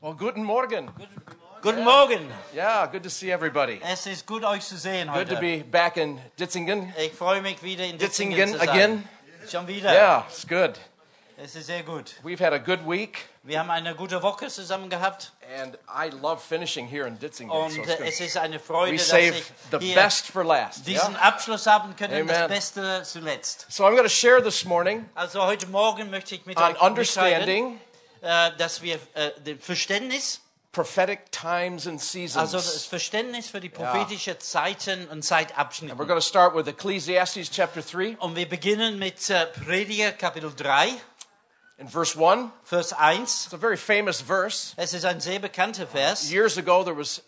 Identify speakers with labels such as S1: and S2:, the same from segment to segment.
S1: Well, guten Morgen.
S2: Guten Morgen.
S1: Yeah, good to see everybody.
S2: Es ist gut, euch zu sehen
S1: Good
S2: heute.
S1: to be back in Ditzingen.
S2: Ich freue mich, wieder in Ditzingen,
S1: Ditzingen
S2: zu sein.
S1: again.
S2: Schon wieder.
S1: Yeah, it's good.
S2: Es ist sehr gut.
S1: We've had a good week,
S2: Wir haben eine gute Woche zusammen gehabt.
S1: and I love finishing here in Ditzingen.
S2: Und
S1: So
S2: äh,
S1: it's
S2: es
S1: good.
S2: ist eine Freude,
S1: We
S2: dass
S1: save the
S2: ich hier
S1: best for last.
S2: diesen
S1: yeah?
S2: Abschluss haben können,
S1: Amen.
S2: das Beste zuletzt.
S1: So I'm going to share this morning
S2: Also heute Morgen möchte ich mit
S1: on
S2: euch mitteilen,
S1: understanding
S2: äh, dass wir äh, das Verständnis,
S1: prophetic times and
S2: also das
S1: seasons.
S2: Verständnis für die prophetische Zeiten und Zeitabschnitte.
S1: We're going to start with Ecclesiastes chapter 3
S2: Und wir beginnen mit äh, Prediger Kapitel 3,
S1: and verse 1.
S2: Vers 1.
S1: It's a very famous verse.
S2: Es ist ein sehr bekannter Vers.
S1: Years ago, there was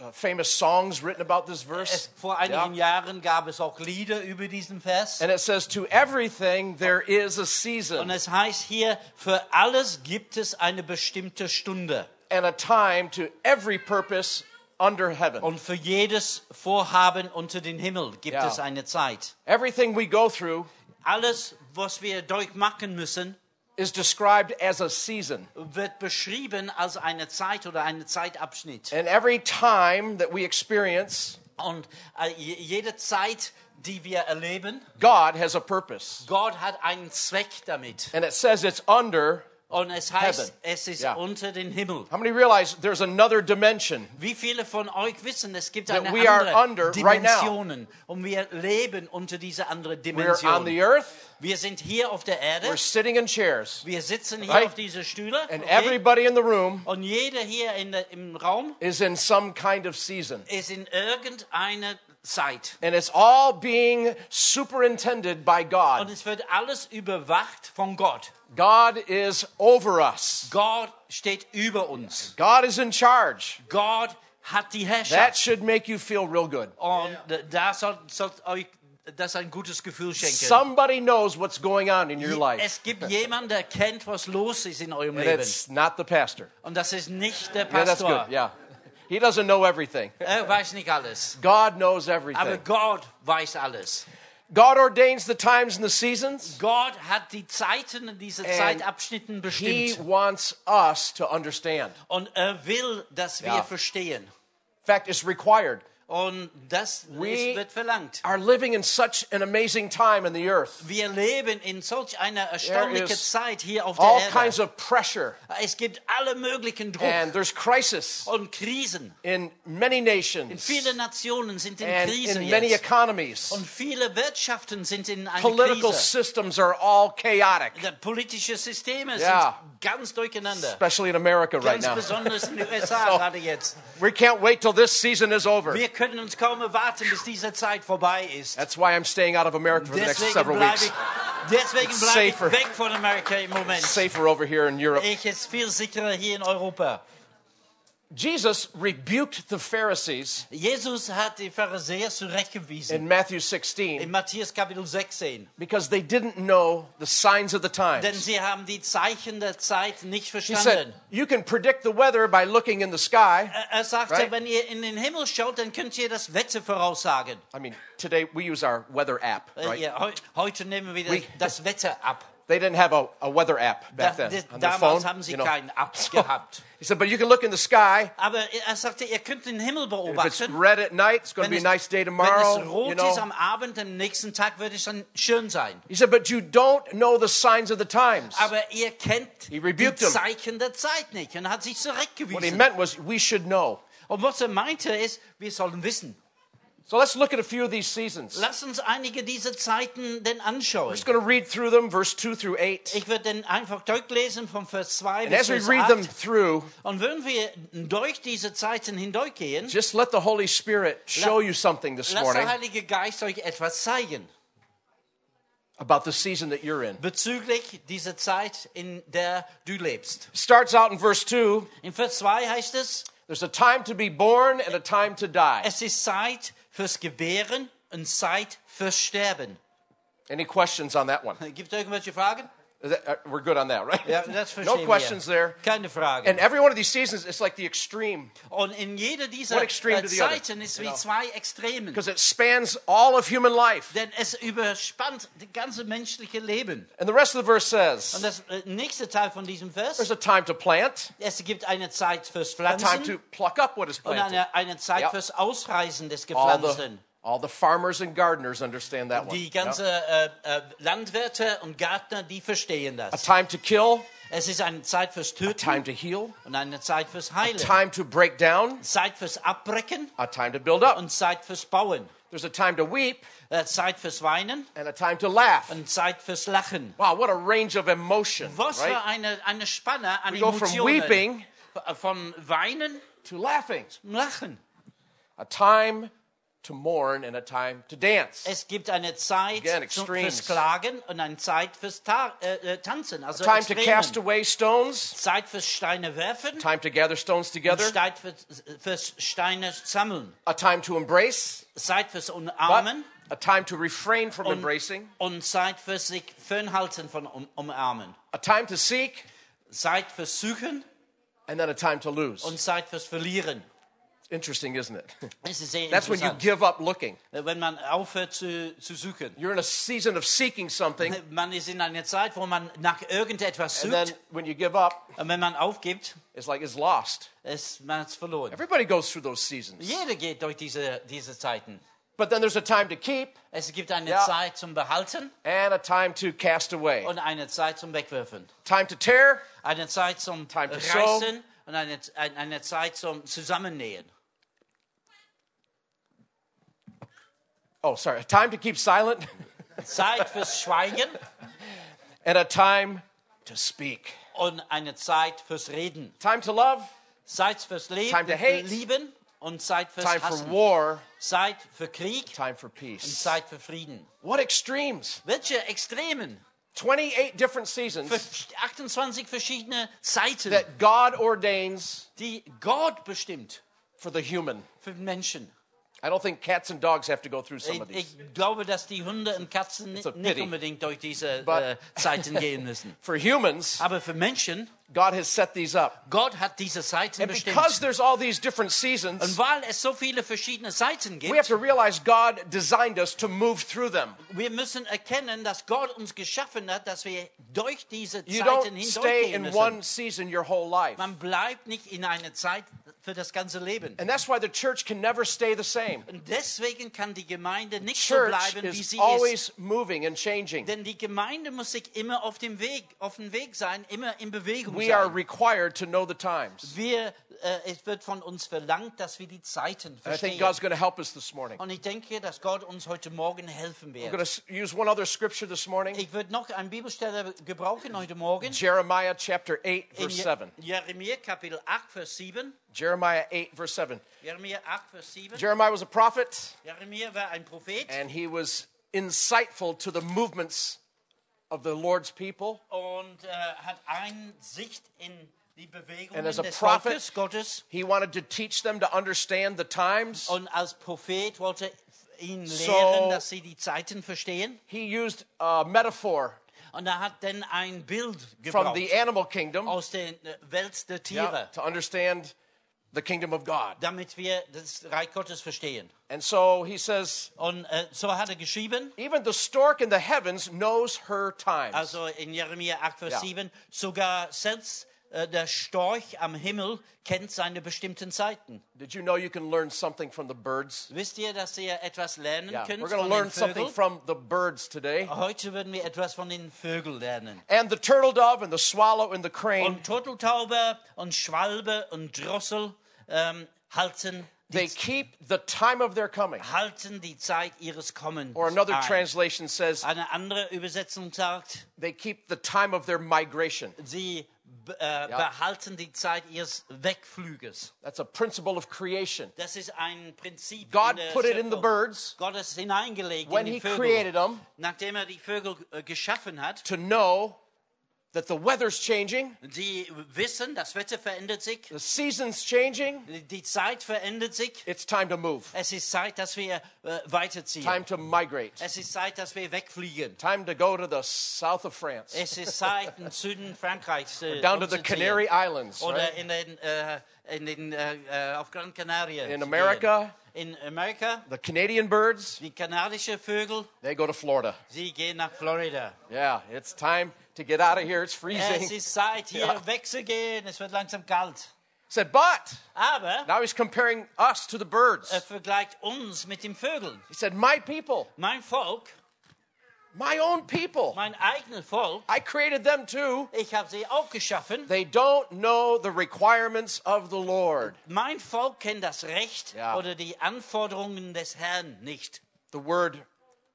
S1: uh, famous songs written about this verse.
S2: Es, vor einigen Jahren gab es auch Lieder über diesen Vers.
S1: And it says, To everything there is a
S2: Und
S1: season
S2: es heißt hier, für alles gibt es eine bestimmte Stunde.
S1: and a time to every purpose under heaven.
S2: Und für jedes Vorhaben unter den Himmel gibt
S1: Ja.
S2: es eine Zeit.
S1: Everything we go through
S2: Alles, was wir durchmachen müssen,
S1: is described as a season.
S2: wird beschrieben als eine Zeit oder ein Zeitabschnitt.
S1: And every time that we experience,
S2: Und äh, je- jede Zeit, die wir erleben,
S1: God has a purpose.
S2: Gott hat einen Zweck damit.
S1: And it says it's under.
S2: Und es heißt,
S1: Heaven.
S2: es ist
S1: Ja.
S2: unter den Himmel.
S1: How many realize there's another dimension?
S2: Wie viele von euch wissen, es gibt
S1: That
S2: eine
S1: we are
S2: andere
S1: under right now.
S2: Dimensionen und wir leben unter dieser anderen
S1: We're on
S2: Dimension.
S1: the earth,
S2: Wir sind hier auf der Erde,
S1: we're sitting in chairs,
S2: wir sitzen hier
S1: Right.
S2: auf diese Stühle
S1: and
S2: okay?
S1: everybody in the room
S2: und jeder hier in der, im Raum
S1: is in some kind of season.
S2: ist in irgendeiner Zeit.
S1: And it's all being superintended by
S2: Und
S1: God.
S2: es wird alles überwacht von Gott.
S1: God is over us,
S2: Gott steht über uns.
S1: God is in charge.
S2: Gott hat die
S1: That
S2: Herrschaft.
S1: should make you feel real good.
S2: Und da soll, sollt euch das ein gutes Gefühl schenken.
S1: Somebody knows what's going on in your life.
S2: Es gibt jemanden, der kennt, was los ist in eurem
S1: And
S2: Leben.
S1: it's not the pastor.
S2: Und das ist nicht der
S1: Yeah, that's
S2: Pastor.
S1: good. Yeah. He doesn't know everything.
S2: Er weiß nicht alles.
S1: God knows
S2: Aber
S1: everything.
S2: Gott weiß alles.
S1: God ordains the times and the seasons.
S2: Gott hat die Zeiten in diesen
S1: And
S2: Zeitabschnitten
S1: He
S2: bestimmt.
S1: wants us to understand.
S2: Und er will, dass wir
S1: Ja.
S2: verstehen.
S1: In fact, it's required.
S2: Und das
S1: We-
S2: ist, wird verlangt.
S1: Are living in such an amazing time in the earth.
S2: Wir leben in solch einer erstaunlichen
S1: is
S2: Zeit hier auf
S1: All
S2: der
S1: kinds
S2: Erde. Oh.
S1: of pressure,
S2: Es gibt alle möglichen Druck
S1: and there's crisis
S2: und Krisen.
S1: in many nations
S2: Viele Nationen sind in
S1: and
S2: Krise
S1: in many
S2: jetzt.
S1: economies.
S2: Und viele Wirtschaften sind in einer
S1: Political
S2: Krise.
S1: systems are all chaotic,
S2: Die Politische Systeme
S1: Ja.
S2: sind ganz durcheinander.
S1: especially in America right
S2: Ganz
S1: now.
S2: besonders in den USA
S1: So.
S2: gerade jetzt.
S1: We can't wait till this season is over.
S2: Wir können uns kaum erwarten, bis diese Zeit vorbei ist.
S1: That's why I'm staying out of America for the next
S2: Deswegen
S1: several
S2: bleibe
S1: weeks.
S2: ich, deswegen
S1: It's
S2: bleib ich
S1: safer.
S2: weg von Amerika im Moment.
S1: Safer over here in Europe.
S2: Ich ist viel sicherer hier in Europa.
S1: Jesus rebuked the Pharisees
S2: Jesus hat die Pharisäer zurechtgewiesen.
S1: in Matthew
S2: In
S1: 16
S2: Matthäus Kapitel 16.
S1: because they didn't know the signs of the
S2: Denn
S1: times.
S2: sie haben die Zeichen der Zeit nicht
S1: He said,
S2: verstanden.
S1: You can predict the weather by looking in the sky.
S2: Er- Er sagte,
S1: Right.
S2: wenn ihr in den Himmel schaut, dann könnt ihr das Wetter voraussagen.
S1: I mean, today we use our weather app,
S2: Äh,
S1: right?
S2: ja, heu- heute nehmen wir
S1: We-
S2: das Wetter ab.
S1: They didn't have a, a weather app
S2: Da,
S1: back then on their phone.
S2: damals haben sie
S1: you know.
S2: keinen Ab gehabt.
S1: He said, But you can look in the sky.
S2: Aber er sagte, ihr könnt den Himmel
S1: If it's
S2: beobachten.
S1: red at night, it's going to
S2: Wenn
S1: be a
S2: es,
S1: nice day
S2: wenn es
S1: tomorrow.
S2: rot
S1: You
S2: ist
S1: know.
S2: am Abend, am nächsten Tag wird es dann schön sein.
S1: He said, but you don't know the signs of the times.
S2: Aber ihr kennt
S1: He
S2: die
S1: rebuked him.
S2: Zeichen der Zeit nicht und hat sich
S1: What he
S2: zurückgewiesen.
S1: meant was we should know.
S2: Und was er meinte ist, wir sollen wissen.
S1: So let's look at a few of these seasons. I'm
S2: Lass uns einige dieser Zeiten denn anschauen.
S1: just going to read through them, verse 2 through 8.
S2: Ich werde dann einfach durchlesen von Vers 2
S1: And
S2: bis
S1: as we
S2: Vers
S1: read them
S2: 8.
S1: through,
S2: Und wenn wir durch diese Zeiten hindurchgehen,
S1: just let the Holy Spirit show you something this
S2: lass
S1: morning
S2: der Heilige Geist euch etwas zeigen
S1: about the season that you're in.
S2: bezüglich dieser Zeit, in der du lebst.
S1: Starts out in verse 2
S2: In Vers 2 heißt es,
S1: there's a time to be born and a time to die.
S2: es ist Zeit fürs Gebären und Zeit fürs Sterben.
S1: Any questions on that one?
S2: Gibt es irgendwelche Fragen?
S1: Is that- uh, we're good on that, right?
S2: Ja, das verstehen
S1: no questions
S2: wir.
S1: there.
S2: Keine Frage.
S1: And every one of these seasons, it's like the extreme
S2: Und in jeder dieser
S1: One extreme
S2: äh,
S1: to the other.
S2: Zeiten ist wie
S1: Genau.
S2: zwei Extremen.
S1: because it spans all of human life.
S2: Denn es überspannt das ganze menschliche Leben.
S1: And the rest of the verse
S2: Und
S1: says
S2: das äh, nächste Teil von diesem
S1: there's
S2: Vers,
S1: a time to plant,
S2: es gibt eine Zeit fürs
S1: a time to
S2: Pflanzen
S1: pluck up what is
S2: und
S1: planted.
S2: eine, eine Zeit
S1: Ja.
S2: fürs Ausreißen des
S1: All the,
S2: Gepflanzten.
S1: all the farmers and gardeners understand that one.
S2: Die
S1: Yeah.
S2: ganze äh, äh, Landwirte und Gärtner, die verstehen
S1: A
S2: das.
S1: time to kill,
S2: Es ist eine Zeit fürs
S1: time
S2: Töten
S1: to heal,
S2: und eine Zeit fürs Heilen.
S1: time to break down,
S2: Zeit fürs Abbrechen
S1: a time to build up.
S2: und Zeit fürs Bauen.
S1: There's a time to weep
S2: Äh, Zeit fürs Weinen
S1: and a time to laugh.
S2: und Zeit fürs Lachen.
S1: Wow, what a range of emotion,
S2: Was für
S1: right?
S2: eine, eine Spanne an
S1: We go from
S2: Emotionen. Äh,
S1: weeping
S2: Vom Weinen
S1: to laughing.
S2: zum Lachen.
S1: A time to mourn and a time to dance.
S2: Es gibt eine Zeit
S1: Again,
S2: zum,
S1: extremes.
S2: fürs Klagen und eine Zeit fürs Ta äh, äh, Tanzen. Also
S1: Time to
S2: Extremen.
S1: cast away stones,
S2: Zeit fürs Steine werfen
S1: time to gather stones
S2: und
S1: together,
S2: Zeit fürs, fürs Steine sammeln.
S1: a time to embrace,
S2: Zeit fürs
S1: but
S2: Umarmen
S1: a time to refrain from
S2: und,
S1: embracing,
S2: und Zeit fürs sich fernhalten von um, Umarmen.
S1: a time to seek,
S2: Zeit fürs Suchen
S1: and then a time to lose.
S2: und Zeit fürs Verlieren.
S1: Interesting, isn't it?
S2: Das ist sehr
S1: That's when you
S2: interessant.
S1: give up looking.
S2: Wenn man aufhört zu, zu suchen.
S1: You're in a season of seeking something,
S2: Man ist in einer Zeit, wo man nach irgendetwas
S1: and then
S2: sucht.
S1: when you give up,
S2: Und wenn man aufgibt,
S1: it's like it's lost.
S2: ist man es verloren.
S1: Everybody goes through those seasons.
S2: Jeder geht durch diese, diese Zeiten.
S1: But then there's a time to keep
S2: Es gibt eine
S1: Ja.
S2: Zeit zum Behalten
S1: and a time to cast away.
S2: und eine Zeit zum Wegwerfen.
S1: Time to tear,
S2: Eine Zeit zum
S1: Time to
S2: Reißen und eine, ein- eine Zeit zum Zusammennähen.
S1: oh, sorry, a time to keep silent
S2: Zeit fürs Schweigen
S1: and a time to speak.
S2: und eine Zeit fürs Reden.
S1: Time to love,
S2: Zeit fürs Leben,
S1: Time to hate.
S2: Lieben und Zeit fürs
S1: time for
S2: Hassen.
S1: war,
S2: Zeit für Krieg,
S1: time for peace.
S2: Zeit für Frieden.
S1: What extremes?
S2: Welche Extremen?
S1: 28 different
S2: Für
S1: seasons
S2: 28 verschiedene Zeiten.
S1: that God ordains
S2: die Gott bestimmt
S1: for the human.
S2: für den Menschen.
S1: I don't think cats and dogs have to go through some
S2: Ich,
S1: of these.
S2: ich glaube, dass die Hunde und
S1: a
S2: Katzen nicht,
S1: pity.
S2: nicht unbedingt durch diese
S1: But-
S2: äh, Zeiten gehen müssen.
S1: For humans,
S2: Aber für Menschen,
S1: God has set these up.
S2: Gott hat diese Zeiten
S1: And
S2: bestimmt.
S1: because there's all these different
S2: Und
S1: seasons,
S2: weil es so viele verschiedene Zeiten
S1: we have
S2: gibt,
S1: to realize God designed us to move through them.
S2: wir müssen erkennen, dass Gott uns geschaffen hat, dass wir durch diese
S1: You
S2: Zeiten
S1: don't stay
S2: hindurchgehen
S1: in
S2: müssen.
S1: one season your whole life.
S2: Man bleibt nicht in einer Zeit für das ganze Leben.
S1: And that's why the church can never stay the same.
S2: Und deswegen kann die Gemeinde nicht so
S1: Church
S2: bleiben, wie
S1: is
S2: sie ist.
S1: always moving and changing.
S2: Denn die Gemeinde muss sich immer auf dem Weg, auf dem Weg sein, immer in Bewegung
S1: We are
S2: sein.
S1: required to know the times.
S2: wir, äh, es wird von uns verlangt, dass wir die Zeiten
S1: And I think
S2: verstehen.
S1: God's going to help us this morning. I'm
S2: Und ich denke, dass Gott uns heute Morgen helfen
S1: going
S2: wird.
S1: to use one other scripture this morning
S2: Ich würde noch eine Bibelstelle gebrauchen heute Morgen.
S1: Jeremiah chapter 8,
S2: In
S1: verse
S2: Je-
S1: 7.
S2: Jeremia Kapitel 8, Vers 7.
S1: Jeremiah 8, verse 7.
S2: Jeremia 8, Vers 7.
S1: Jeremiah was a prophet,
S2: Jeremia war ein Prophet
S1: and he was insightful to the movements of the Lord's people.
S2: und äh, hat Einsicht in die Bewegungen
S1: And as a
S2: des
S1: prophet-
S2: Volkes Gottes.
S1: He wanted to teach them to understand the times.
S2: Und als Prophet wollte ihn lehren,
S1: So-
S2: dass sie die Zeiten verstehen.
S1: He used a metaphor
S2: Und er hat dann ein Bild
S1: from
S2: gebraucht
S1: the animal kingdom
S2: aus der äh, Welt der Tiere,
S1: yeah, to understand the kingdom of God.
S2: damit wir das Reich Gottes verstehen.
S1: And so he says,
S2: Und äh, so hat er geschrieben,
S1: even the stork in the heavens knows her times.
S2: also in Jeremia 8, Vers
S1: Ja.
S2: 7, sogar selbst äh, der Storch am Himmel kennt seine bestimmten Zeiten.
S1: Did you know you can learn something from the birds?
S2: Wisst ihr, dass ihr etwas lernen
S1: Yeah.
S2: könnt
S1: We're going
S2: von
S1: to
S2: den
S1: learn something
S2: Vögeln?
S1: from the birds today.
S2: Heute würden wir etwas von den Vögeln lernen.
S1: And the turtle dove and the swallow and the crane,
S2: Und Turteltaube und Schwalbe und Drossel ähm, halten,
S1: they keep the time of their coming.
S2: halten die Zeit ihres Kommens
S1: Or another
S2: ein.
S1: translation says,
S2: Eine andere Übersetzung sagt,
S1: they keep the time of their migration.
S2: sie be- äh, behalten die Zeit ihres Wegflüges.
S1: That's a principle of creation.
S2: Das ist ein Prinzip.
S1: God
S2: der
S1: put it in the
S2: Schöpfung.
S1: birds
S2: Gott hat es hineingelegt
S1: when
S2: in
S1: He
S2: die Vögel.
S1: created them
S2: Nachdem er die Vögel äh, geschaffen hat,
S1: to know that the weather's changing,
S2: Sie wissen, das Wetter verändert sich,
S1: the season's changing.
S2: die Zeit verändert sich.
S1: It's time to move,
S2: Es ist Zeit, dass wir äh, weiterziehen.
S1: time to migrate,
S2: Es ist Zeit, dass wir wegfliegen.
S1: time to go to the south of France,
S2: Es ist Zeit, in Süden Frankreichs äh,
S1: down to the
S2: umzuziehen.
S1: Canary Islands,
S2: Oder
S1: right?
S2: in den, äh, in den äh, äh, auf Gran Canaria. zu gehen.
S1: America.
S2: In Amerika.
S1: the Canadian birds.
S2: Die kanadischen Vögel,
S1: They go to Florida.
S2: sie gehen nach Florida.
S1: Yeah, it's time to get out of here. It's
S2: Es
S1: freezing.
S2: ist Zeit, hier
S1: Ja.
S2: wegzugehen. Es wird langsam kalt.
S1: Said, but
S2: Aber
S1: now he's comparing us to the
S2: er
S1: birds.
S2: vergleicht uns mit den Vögeln.
S1: He said, My people,
S2: Mein Volk,
S1: my own people,
S2: mein eigenes Volk,
S1: I created them too.
S2: ich habe sie auch geschaffen.
S1: They don't know the requirements of the Lord.
S2: Mein Volk kennt das Recht
S1: Ja.
S2: oder die Anforderungen des Herrn nicht.
S1: The word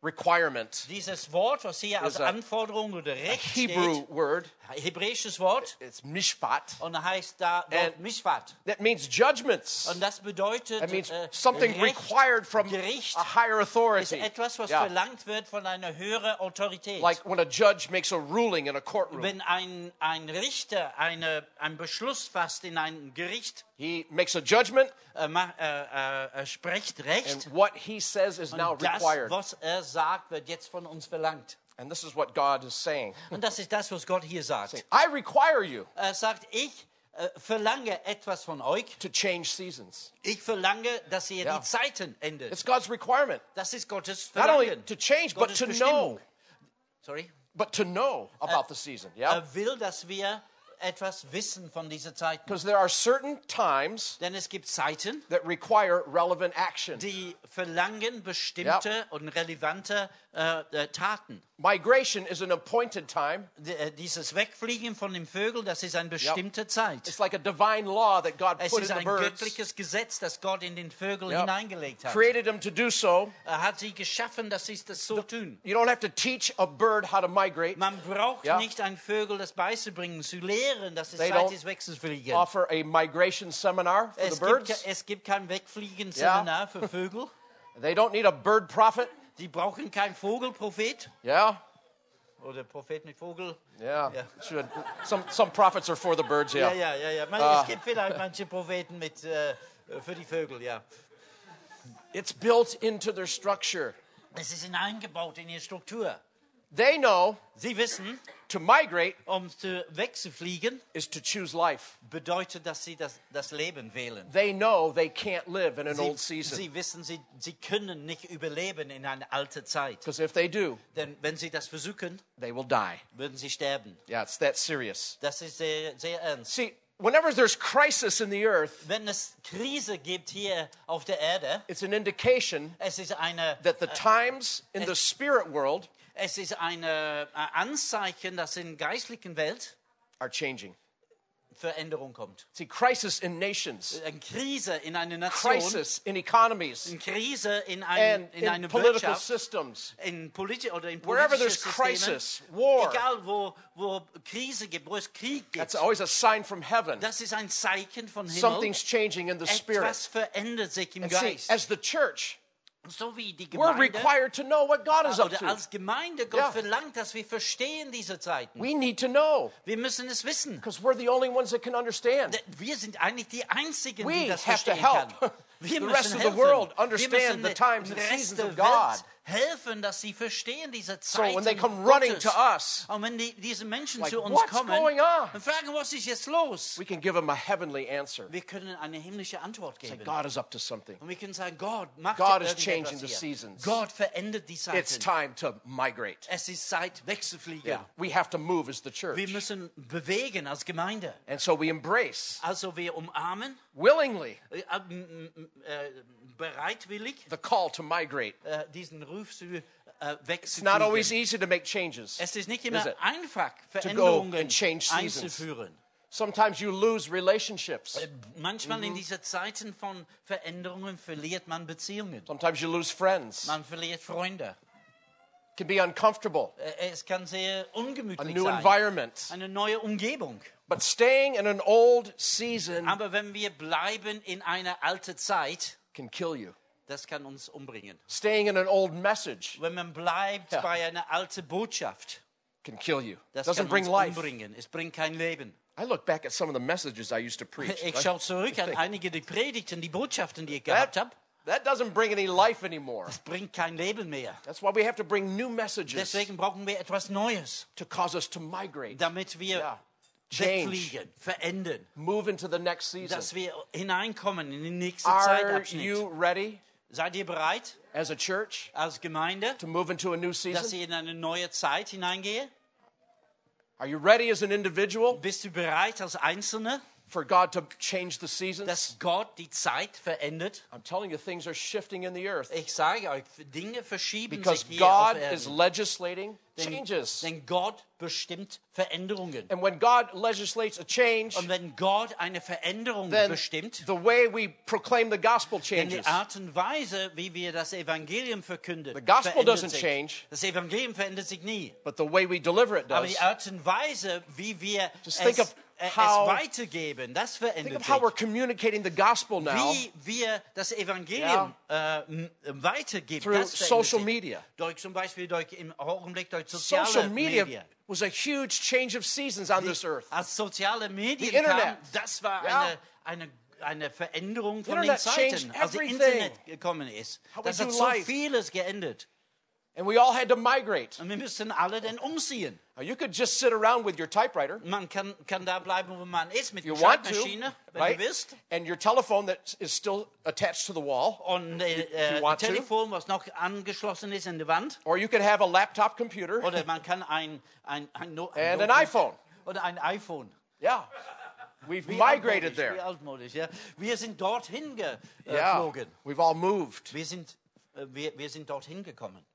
S1: requirement,
S2: Dieses Wort, was hier als
S1: Is a-
S2: Anforderung oder Recht
S1: Hebrew
S2: steht,
S1: word,
S2: hebräisches Wort,
S1: it's mishpat.
S2: und heißt da
S1: And-
S2: Wort Mischwat.
S1: That means judgments.
S2: Und das bedeutet
S1: That means
S2: äh,
S1: something
S2: Recht
S1: required from a
S2: Gericht.
S1: higher
S2: ist
S1: authority.
S2: etwas, was
S1: Yeah.
S2: verlangt wird von einer höheren Autorität.
S1: Like when a judge makes a ruling in a courtroom,
S2: Wenn ein, ein Richter eine, einen Beschluss fasst in einem Gericht,
S1: he makes a judgment,
S2: äh, ma- äh, äh, äh, spricht
S1: and
S2: Recht,
S1: what he says is now
S2: und das,
S1: required.
S2: was er sagt, wird jetzt von uns verlangt.
S1: And this is what God is saying
S2: Und das ist das, was Gott hier sagt.
S1: I require you
S2: Er sagt, ich äh, verlange etwas von euch.
S1: to change seasons.
S2: Ich verlange, dass ihr
S1: Ja.
S2: die Zeiten ändert.
S1: It's God's requirement,
S2: Das ist Gottes
S1: not only
S2: Verlangen.
S1: to change, but
S2: Gottes
S1: to
S2: Bestimmung.
S1: know,
S2: Sorry.
S1: but to know about the season. Yeah?
S2: Er will, dass wir etwas wissen von dieser Zeit.
S1: Because there are certain times
S2: Denn es gibt Zeiten,
S1: that require relevant action.
S2: die verlangen bestimmte und relevante äh, äh, Taten.
S1: Migration is an appointed time,
S2: D äh, dieses Wegfliegen von dem Vögel, das ist eine bestimmte Zeit.
S1: it's like a divine law that God
S2: Es
S1: put in
S2: ist
S1: the
S2: ein
S1: birds.
S2: göttliches Gesetz, das Gott in den Vögel
S1: Ja.
S2: hineingelegt hat.
S1: Created them to do so.
S2: Er hat sie geschaffen, dass sie das so tun.
S1: You don't have to teach a bird how to migrate,
S2: Man braucht
S1: Ja.
S2: nicht einen Vögel das beizubringen, zu lehren, dass es
S1: They
S2: Zeit
S1: don't
S2: ist, wegzufliegen.
S1: offer a migration seminar for the
S2: Es gibt,
S1: birds.
S2: ke- es gibt kein Wegfliegen-Seminar für Vögel.
S1: They don't need a bird prophet.
S2: Die brauchen keinen Vogelprophet
S1: Yeah.
S2: oder Prophet mit Vogel.
S1: Yeah.
S2: Yeah.
S1: Should- Some, some prophets are for the birds, yeah.
S2: Ja, ja, ja, ja. Man,
S1: Ah.
S2: Es gibt vielleicht manche Propheten mit, äh, für die Vögel, ja.
S1: It's built into their structure.
S2: Es ist hineingebaut in ihre Struktur.
S1: They know
S2: Sie wissen,
S1: to migrate
S2: um zu, wegzufliegen,
S1: is to choose life.
S2: bedeutet, dass sie das, das Leben wählen.
S1: They know they can't live in an old
S2: Sie,
S1: season.
S2: sie wissen, sie, sie können nicht überleben in einer alten Zeit.
S1: Because if they do,
S2: Denn wenn sie das versuchen,
S1: they will die.
S2: würden sie sterben.
S1: Yeah, it's that serious.
S2: Das ist sehr, sehr ernst.
S1: See, whenever there's crisis in the earth,
S2: Wenn es Krise gibt hier auf der Erde,
S1: it's an indication
S2: es ist eine,
S1: that the times in the spirit world
S2: es ist eine ein Anzeichen, dass in der geistlichen Welt
S1: are changing.
S2: Veränderung kommt.
S1: See, crisis in nations,
S2: eine Krise in einer Nation,
S1: crisis in economies,
S2: eine Krise in,
S1: and
S2: ein, in,
S1: in
S2: einer
S1: political
S2: Wirtschaft,
S1: systems.
S2: in politi oder in
S1: Wherever
S2: politische
S1: there's
S2: Systemen,
S1: crisis, war.
S2: egal wo, wo Krise gibt, wo es Krieg gibt,
S1: That's always a sign from heaven.
S2: das ist ein Zeichen von Himmel.
S1: Something's changing in the
S2: Etwas
S1: spirit.
S2: verändert sich im
S1: And see,
S2: Geist.
S1: as the church,
S2: so wie die
S1: we're
S2: Gemeinde
S1: required to know what God is up
S2: oder
S1: to.
S2: als Gemeinde Gott
S1: Ja.
S2: verlangt, dass wir verstehen diese Zeiten.
S1: We need to know
S2: wir müssen es wissen.
S1: because we're the only ones that can understand.
S2: D- Wir sind eigentlich die Einzigen,
S1: We
S2: die das
S1: have to
S2: verstehen
S1: help
S2: können. Wir
S1: the
S2: müssen
S1: rest of the
S2: helfen.
S1: world
S2: Wir
S1: understand
S2: müssen
S1: the times and
S2: dem Rest
S1: seasons of
S2: der Welt
S1: God.
S2: helfen, dass sie verstehen diese
S1: So
S2: Zeiten
S1: when they come running
S2: Gottes.
S1: to us,
S2: Und wenn die, diese Menschen
S1: Like,
S2: zu uns
S1: what's
S2: kommen
S1: going on?
S2: und fragen, was ist jetzt los?
S1: we can give them a heavenly answer.
S2: Wir können eine himmlische Antwort geben.
S1: God is up to something.
S2: und wir können sagen, Gott macht
S1: God is
S2: irgendetwas
S1: changing the
S2: hier.
S1: seasons.
S2: Gott verändert die Zeiten.
S1: It's time to migrate.
S2: es ist Zeit, wegzufliegen.
S1: Yeah. We have to move as the
S2: Wir
S1: church.
S2: müssen bewegen als Gemeinde.
S1: And so we embrace
S2: Also wir umarmen,
S1: willingly
S2: äh, ähm, ähm, äh, bereitwillig
S1: the call to migrate.
S2: äh, diesen Ruf zu äh,
S1: It's
S2: wegzufliegen.
S1: not always easy Uh, to make changes.
S2: es ist nicht
S1: is
S2: immer
S1: it?
S2: einfach,
S1: and
S2: Veränderungen
S1: change seasons.
S2: einzuführen. Äh,
S1: Sometimes you lose relationships.
S2: Manchmal
S1: Mhm.
S2: in diesen Zeiten von Veränderungen verliert man Beziehungen.
S1: Sometimes you lose friends.
S2: Man verliert Freunde.
S1: It can be uncomfortable.
S2: Äh, Es kann sehr
S1: A
S2: ungemütlich
S1: new
S2: sein.
S1: environment.
S2: Eine neue Umgebung.
S1: But staying in an old season
S2: Aber wenn wir bleiben in einer alten Zeit,
S1: can kill you.
S2: das kann uns umbringen.
S1: Staying in an old message
S2: Wenn man bleibt
S1: Ja.
S2: bei einer alten Botschaft,
S1: can kill you.
S2: Das
S1: doesn't
S2: kann
S1: bring
S2: uns
S1: life.
S2: umbringen. Es bringt kein Leben.
S1: I look back at some of the messages I used to preach.
S2: Ich
S1: right?
S2: schaue zurück an einige der Predigten, die Botschaften, die ich gehabt habe.
S1: that doesn't bring any life anymore.
S2: Es bringt kein Leben mehr.
S1: That's why we have to bring new messages
S2: Deswegen brauchen wir etwas Neues,
S1: to cause us to migrate,
S2: damit wir
S1: Yeah. change,
S2: wegfliegen, verändern,
S1: move into the next season.
S2: dass wir hineinkommen in den nächsten
S1: Are
S2: Zeitabschnitt.
S1: you ready
S2: Seid ihr bereit
S1: as a church
S2: als Gemeinde,
S1: to move into a new
S2: dass
S1: season?
S2: ihr in eine neue Zeit hineingehe?
S1: Are you ready as an individual
S2: Bist du bereit als Einzelne,
S1: for God to change the seasons?
S2: dass Gott die Zeit verändert?
S1: I'm telling you, things are shifting in the earth
S2: Ich sage euch, Dinge verschieben
S1: because
S2: sich hier
S1: God
S2: auf Erden.
S1: is legislating
S2: Denn-
S1: changes.
S2: Denn Gott bestimmt Veränderungen.
S1: And when God legislates a change,
S2: Und wenn Gott eine Veränderung
S1: then
S2: bestimmt,
S1: the way we proclaim the gospel
S2: denn die
S1: changes.
S2: Art und Weise, wie wir das Evangelium verkünden,
S1: The gospel
S2: verändert
S1: doesn't
S2: sich.
S1: change.
S2: Das Evangelium verändert sich nie.
S1: But the way we deliver it
S2: Aber
S1: does.
S2: die Art und Weise, wie wir es,
S1: Just think of
S2: äh, es
S1: how-
S2: weitergeben, das
S1: Think
S2: verändert
S1: of how we're
S2: sich.
S1: communicating the gospel now
S2: Wie wir das Evangelium äh, m- weitergeben,
S1: through
S2: das verändert
S1: social
S2: sich.
S1: media.
S2: Durch zum Beispiel durch, im Augenblick durch soziale
S1: Social media
S2: Medien.
S1: was a huge change of seasons on this earth.
S2: Als soziale Medien
S1: The Internet.
S2: kam, das war
S1: Ja.
S2: eine, eine, eine Veränderung von
S1: Internet
S2: den Zeiten.
S1: changed
S2: Als das
S1: everything.
S2: Internet gekommen ist,
S1: How we
S2: das hat
S1: do
S2: so
S1: life.
S2: vieles geändert.
S1: And we all had to migrate.
S2: Und wir müssen alle dann umziehen.
S1: Now, you could just sit around with your typewriter,
S2: Man kann, kann da bleiben, wo man ist, mit
S1: you
S2: der
S1: want to,
S2: Schreibmaschine, wenn
S1: right?
S2: du willst.
S1: And your telephone that is still attached to the wall,
S2: Und äh,
S1: you
S2: äh, ein
S1: want to.
S2: Telefon, was noch angeschlossen ist an die Wand.
S1: or you could have a laptop computer
S2: Oder man kann ein, ein, ein, no ein
S1: and an
S2: Notebook-
S1: iPhone.
S2: Oder ein iPhone.
S1: Yeah. We've
S2: Wie
S1: migrated
S2: altmodisch, Wie
S1: there.
S2: altmodisch, ja. Wir sind dorthin äh,
S1: Yeah.
S2: geflogen.
S1: We've all moved.
S2: Wir sind, äh, wir, wir sind dorthin gekommen.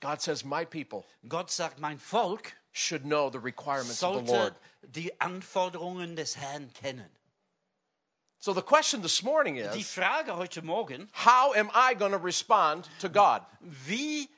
S1: God says, My people
S2: Gott sagt, mein Volk
S1: should know the requirements of the Lord.
S2: sollte die Anforderungen des Herrn kennen.
S1: So the question this morning is
S2: Die Frage heute Morgen,
S1: How am I going to respond to God
S2: wie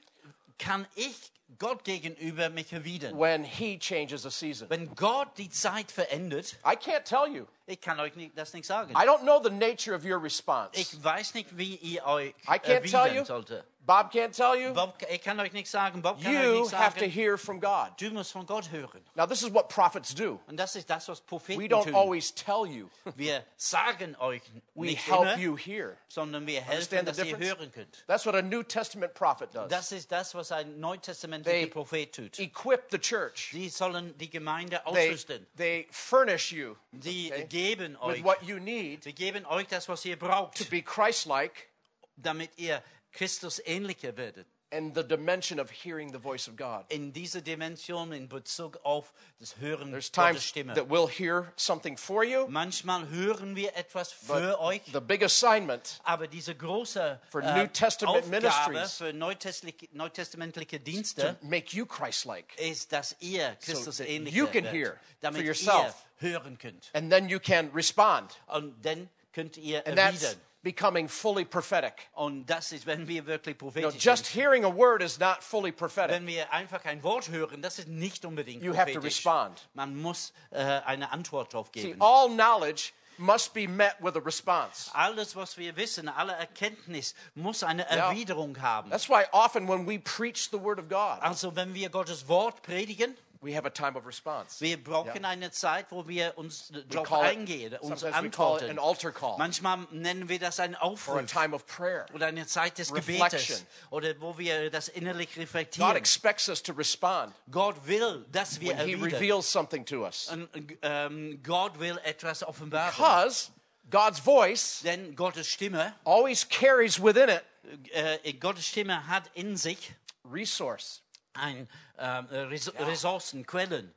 S2: kann ich Gott gegenüber mich erwidern?
S1: when He changes a season?
S2: Wenn Gott die Zeit verändert,
S1: I can't tell you.
S2: ich kann euch nicht, das nicht sagen.
S1: I don't know the nature of your response.
S2: Ich weiß nicht, wie ihr euch
S1: I can't tell you.
S2: erwidern sollte.
S1: Bob can't tell you.
S2: Bob, ich kann euch nichts sagen. Bob kann euch
S1: You
S2: nichts
S1: have to
S2: sagen.
S1: hear from God.
S2: Du musst von Gott hören.
S1: Now, this is what prophets do.
S2: Und das ist das, was
S1: We
S2: Propheten
S1: don't
S2: tun.
S1: always tell you,
S2: Wir sagen euch
S1: we
S2: nicht immer,
S1: help you hear.
S2: sondern wir helfen,
S1: Understand the
S2: dass ihr
S1: difference?
S2: hören könnt.
S1: That's what a New Testament prophet does.
S2: Das ist das, was ein
S1: They-
S2: neutestamentlicher Prophet tut.
S1: Equip the church,
S2: Die sollen die Gemeinde
S1: they,
S2: ausrüsten.
S1: they furnish you
S2: Die geben
S1: with
S2: euch,
S1: what you need
S2: sie geben euch das, was ihr
S1: to
S2: braucht,
S1: be Christ like
S2: damit ihr Christus ähnlicher werdet.
S1: and the dimension of hearing the voice of God.
S2: In dieser Dimension in Bezug auf das Hören
S1: There's
S2: Gottes
S1: times
S2: Stimme.
S1: that we'll hear something for you,
S2: Manchmal hören wir etwas für euch,
S1: But the big assignment
S2: aber diese große
S1: For
S2: äh,
S1: New Testament
S2: Aufgabe
S1: ministries.
S2: für neutestlich- neutestamentliche Dienste
S1: make you Christ-like,
S2: ist, dass ihr Christus
S1: that
S2: ähnlicher
S1: you can
S2: werdet,
S1: hear
S2: damit
S1: for yourself.
S2: ihr hören könnt.
S1: and then you can respond.
S2: Und dann könnt ihr
S1: And that's
S2: erwidern.
S1: becoming fully prophetic.
S2: Und das ist, wenn wir wirklich
S1: You
S2: prophetisch
S1: know, just
S2: sind.
S1: hearing a word is not fully prophetic.
S2: Wenn wir einfach ein Wort hören, das ist nicht unbedingt
S1: You have to
S2: prophetisch.
S1: respond.
S2: Man muss äh, eine Antwort darauf
S1: See,
S2: geben.
S1: all knowledge must be met with a response.
S2: Alles, was wir wissen, alle Erkenntnis muss eine
S1: Ja.
S2: Erwiderung haben.
S1: That's why often when we preach the word of God,
S2: Also wenn wir Gottes Wort predigen,
S1: we have a time of response.
S2: wir brauchen eine Zeit, wo wir uns darauf
S1: call it-
S2: eingehen, uns
S1: sometimes we call it
S2: antworten.
S1: an altar call.
S2: Manchmal nennen wir das einen
S1: Or a
S2: Aufruf
S1: time of prayer.
S2: oder eine Zeit des Gebetes
S1: Reflection.
S2: oder wo wir das innerlich
S1: God
S2: reflektieren.
S1: expects us to respond
S2: Gott will, dass wir
S1: when He
S2: erwidern.
S1: reveals something to us.
S2: Und, ähm, Gott will etwas offenbaren.
S1: Because God's voice
S2: Denn Gottes Stimme,
S1: always carries within it
S2: äh, Gottes Stimme hat in sich
S1: resource,
S2: ein, ähm, Res Ressourcen, Quellen,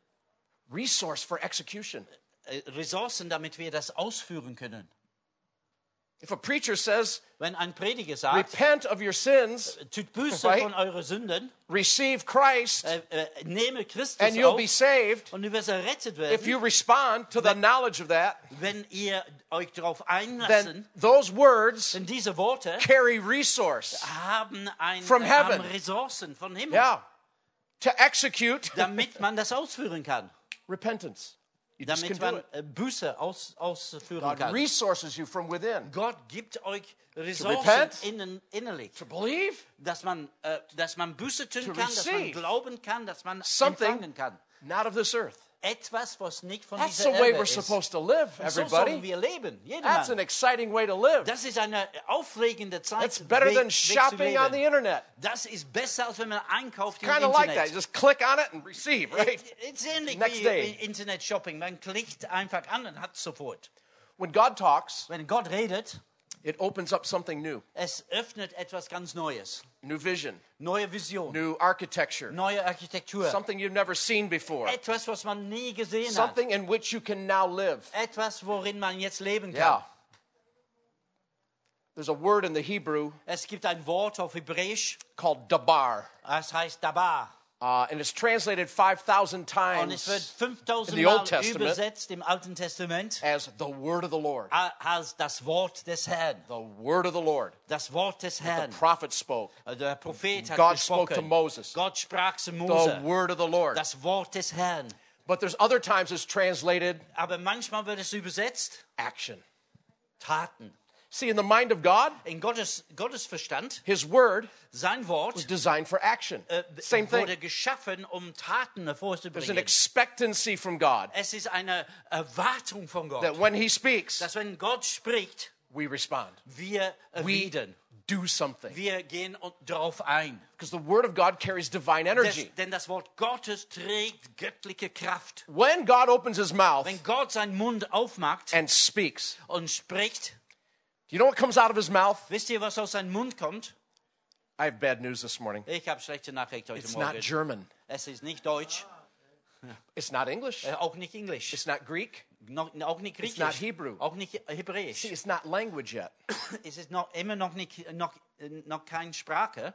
S1: resource for execution.
S2: äh, Ressourcen, damit wir das ausführen können.
S1: If a preacher says,
S2: Wenn ein Prediger sagt,
S1: repent of your sins,
S2: tut Buße
S1: Right?
S2: von euren Sünden,
S1: receive Christ,
S2: äh, äh, nehme Christus
S1: and you'll
S2: auf
S1: be saved,
S2: und du wirst errettet werden,
S1: if you respond to the knowledge of that,
S2: wenn ihr euch darauf
S1: then
S2: einlassen,
S1: those words
S2: denn diese Worte
S1: carry resource.
S2: haben, ein, äh,
S1: From
S2: haben
S1: heaven.
S2: Ressourcen von Himmel,
S1: Yeah. To execute
S2: damit man das ausführen kann.
S1: repentance. You just can
S2: damit
S1: do
S2: man
S1: it.
S2: äh, Buße aus, ausführen
S1: God
S2: kann.
S1: resources you from within
S2: Gott gibt euch Ressourcen
S1: repent.
S2: innen, innerlich,
S1: to believe
S2: dass man, äh, dass man Buße tun
S1: To
S2: kann, dass man
S1: receive
S2: glauben kann, dass man
S1: something-
S2: empfangen kann.
S1: not of this earth.
S2: Etwas, was nicht von
S1: That's
S2: dieser
S1: the way
S2: Erde
S1: we're
S2: ist.
S1: supposed to live,
S2: so sollen
S1: everybody.
S2: wir leben,
S1: That's an
S2: jedermann.
S1: exciting way to live.
S2: Das ist eine aufregende Zeit.
S1: That's better
S2: weg-
S1: than
S2: weg zu
S1: shopping on
S2: leben.
S1: the internet.
S2: Das ist besser, als wenn man einkauft im
S1: Kind of like
S2: Internet.
S1: that. You just click on it and receive, right?
S2: Es ist ähnlich
S1: Next
S2: wie
S1: day.
S2: Internet-Shopping. Man klickt einfach an und hat sofort.
S1: When God talks,
S2: Wenn Gott redet,
S1: it opens up something new
S2: es öffnet etwas ganz Neues.
S1: new vision,
S2: Neue Vision,
S1: new architecture,
S2: neue Architektur.
S1: something you've never seen before,
S2: etwas, was man nie gesehen
S1: something in which you can now live.
S2: hat. Etwas, worin man jetzt leben
S1: Yeah.
S2: kann.
S1: There's a word in the Hebrew
S2: Es gibt ein Wort auf Hebräisch,
S1: called dabar,
S2: das heißt Dabar.
S1: uh, and it's translated 5,000
S2: Und es wird
S1: times
S2: 5000
S1: in the
S2: Mal
S1: Old Testament.
S2: übersetzt im Alten Testament
S1: as the word of the Lord.
S2: als das Wort des Herrn.
S1: The word of the Lord.
S2: Das Wort des
S1: The
S2: Herrn.
S1: prophet spoke.
S2: Der Prophet hat
S1: God spoke
S2: gesprochen.
S1: to Moses.
S2: Gott sprach zu
S1: The
S2: Mose.
S1: word of the Lord.
S2: Das Wort des Herrn.
S1: But there's other times it's translated
S2: Aber manchmal wird es übersetzt
S1: action.
S2: Taten.
S1: See, in the mind of God,
S2: In Gottes, Gottes Verstand,
S1: His word
S2: sein
S1: was
S2: Wort
S1: designed for action.
S2: äh,
S1: Same thing.
S2: wurde geschaffen, um Taten
S1: There's an
S2: hervorzubringen.
S1: expectancy from God
S2: Es ist eine Erwartung von Gott,
S1: that when He speaks,
S2: dass wenn Gott spricht,
S1: we respond.
S2: wir
S1: We
S2: erwidern.
S1: do something.
S2: Wir gehen und- drauf ein.
S1: Because the word of God carries divine energy.
S2: Des, denn das Wort Gottes trägt göttliche Kraft.
S1: When God opens His mouth
S2: Wenn Gott seinen Mund aufmacht
S1: and speaks,
S2: und spricht,
S1: do you know what comes out of His mouth?
S2: wisst ihr, was aus seinem Mund kommt?
S1: I have bad news this morning.
S2: Ich habe schlechte Nachricht heute
S1: It's not
S2: Morgen.
S1: German,
S2: Es ist nicht Deutsch,
S1: it's not English,
S2: äh, auch nicht Englisch,
S1: it's not Greek,
S2: noch, auch nicht
S1: not
S2: Griechisch,
S1: Hebrew.
S2: auch nicht Hebräisch.
S1: See, it's not language yet,
S2: Es ist noch, immer noch, nicht, noch, äh, noch keine Sprache.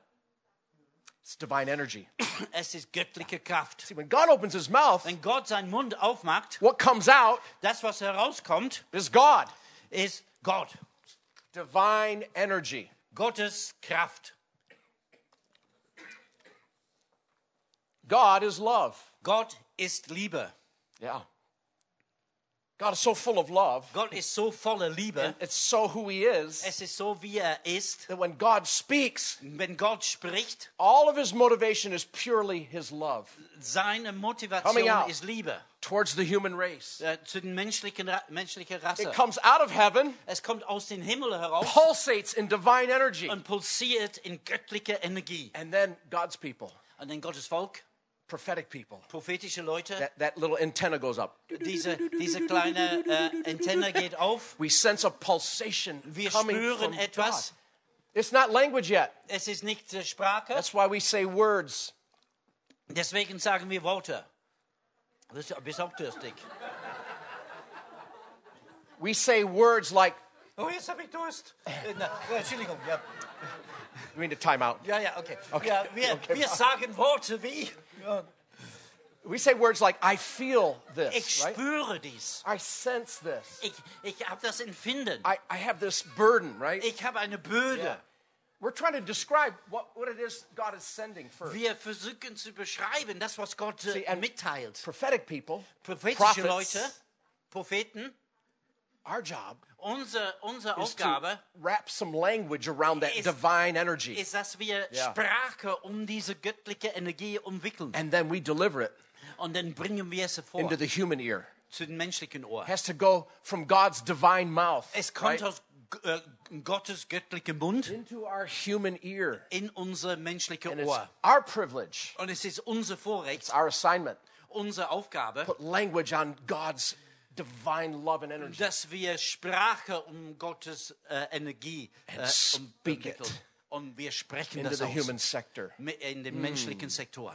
S1: it's divine energy.
S2: Es ist göttliche Kraft.
S1: See, when God opens His mouth,
S2: Wenn Gott seinen Mund aufmacht,
S1: what comes out
S2: das, was herauskommt,
S1: is God,
S2: ist Gott,
S1: divine energy.
S2: Gottes Kraft.
S1: God is love.
S2: Gott ist Liebe.
S1: Yeah. God is so full of love.
S2: Gott ist so voller Liebe.
S1: It's so who He is
S2: Es ist so, wie er ist.
S1: that when God speaks,
S2: Wenn Gott spricht,
S1: all of His motivation is purely His love
S2: seine
S1: Coming
S2: Motivation
S1: out.
S2: ist Liebe
S1: towards the human race.
S2: äh, zu den menschlichen Ra menschlichen Rasse.
S1: It comes out of heaven,
S2: Es kommt aus dem Himmel heraus
S1: pulsates in divine energy,
S2: und pulsiert in göttlicher Energie.
S1: and then God's people,
S2: Und in Gottes Volk,
S1: prophetic people,
S2: prophetische Leute,
S1: that, that little antenna goes up.
S2: diese, diese kleine äh, Antenne geht auf.
S1: We sense a pulsation
S2: Wir
S1: coming from
S2: spüren
S1: God.
S2: etwas.
S1: It's not language yet.
S2: Es ist nicht äh, Sprache.
S1: That's why we say words.
S2: Deswegen sagen wir Worte. Das ist- Bist auch durstig.
S1: We say words like,
S2: Oh, jetzt habe ich Durst. Äh, na, äh, Entschuldigung, ja.
S1: we need a timeout.
S2: Ja, ja, okay. Ja, wir, wir sagen Worte wie,
S1: We say words like, I feel
S2: ich
S1: this, right?
S2: spüre dies.
S1: I sense this.
S2: Ich, ich habe das Empfinden.
S1: I, I have this burden, right?
S2: Ich habe eine Bürde.
S1: Yeah. We're trying to describe what, what it is God is sending first.
S2: Wir versuchen zu beschreiben, das, was Gott äh,
S1: See, and-
S2: mitteilt.
S1: Prophetic people,
S2: Prophetische
S1: prophets,
S2: Leute, Propheten,
S1: our job
S2: unsere, unsere
S1: is to
S2: Aufgabe
S1: wrap some language around that
S2: Is-
S1: divine energy.
S2: ist, dass wir
S1: Ja.
S2: Sprache um diese göttliche Energie umwickeln.
S1: and then we deliver it
S2: Und dann bringen wir es hervor
S1: into the human ear.
S2: zu den menschlichen Ohr.
S1: It has to go from God's divine mouth
S2: Es kommt
S1: right,
S2: aus G- äh, Gottes göttlichem Mund
S1: into our human ear.
S2: in unser menschliches
S1: And it's
S2: Ohr.
S1: our privilege,
S2: Und es ist unser Vorrecht,
S1: our assignment.
S2: unsere Aufgabe,
S1: Put language on God's divine love and energy.
S2: dass wir Sprache um Gottes äh, Energie äh, um,
S1: speak it
S2: entwickeln. Und wir sprechen
S1: into
S2: das
S1: the
S2: aus
S1: human Mm. sector.
S2: mi- in dem menschlichen Sektor.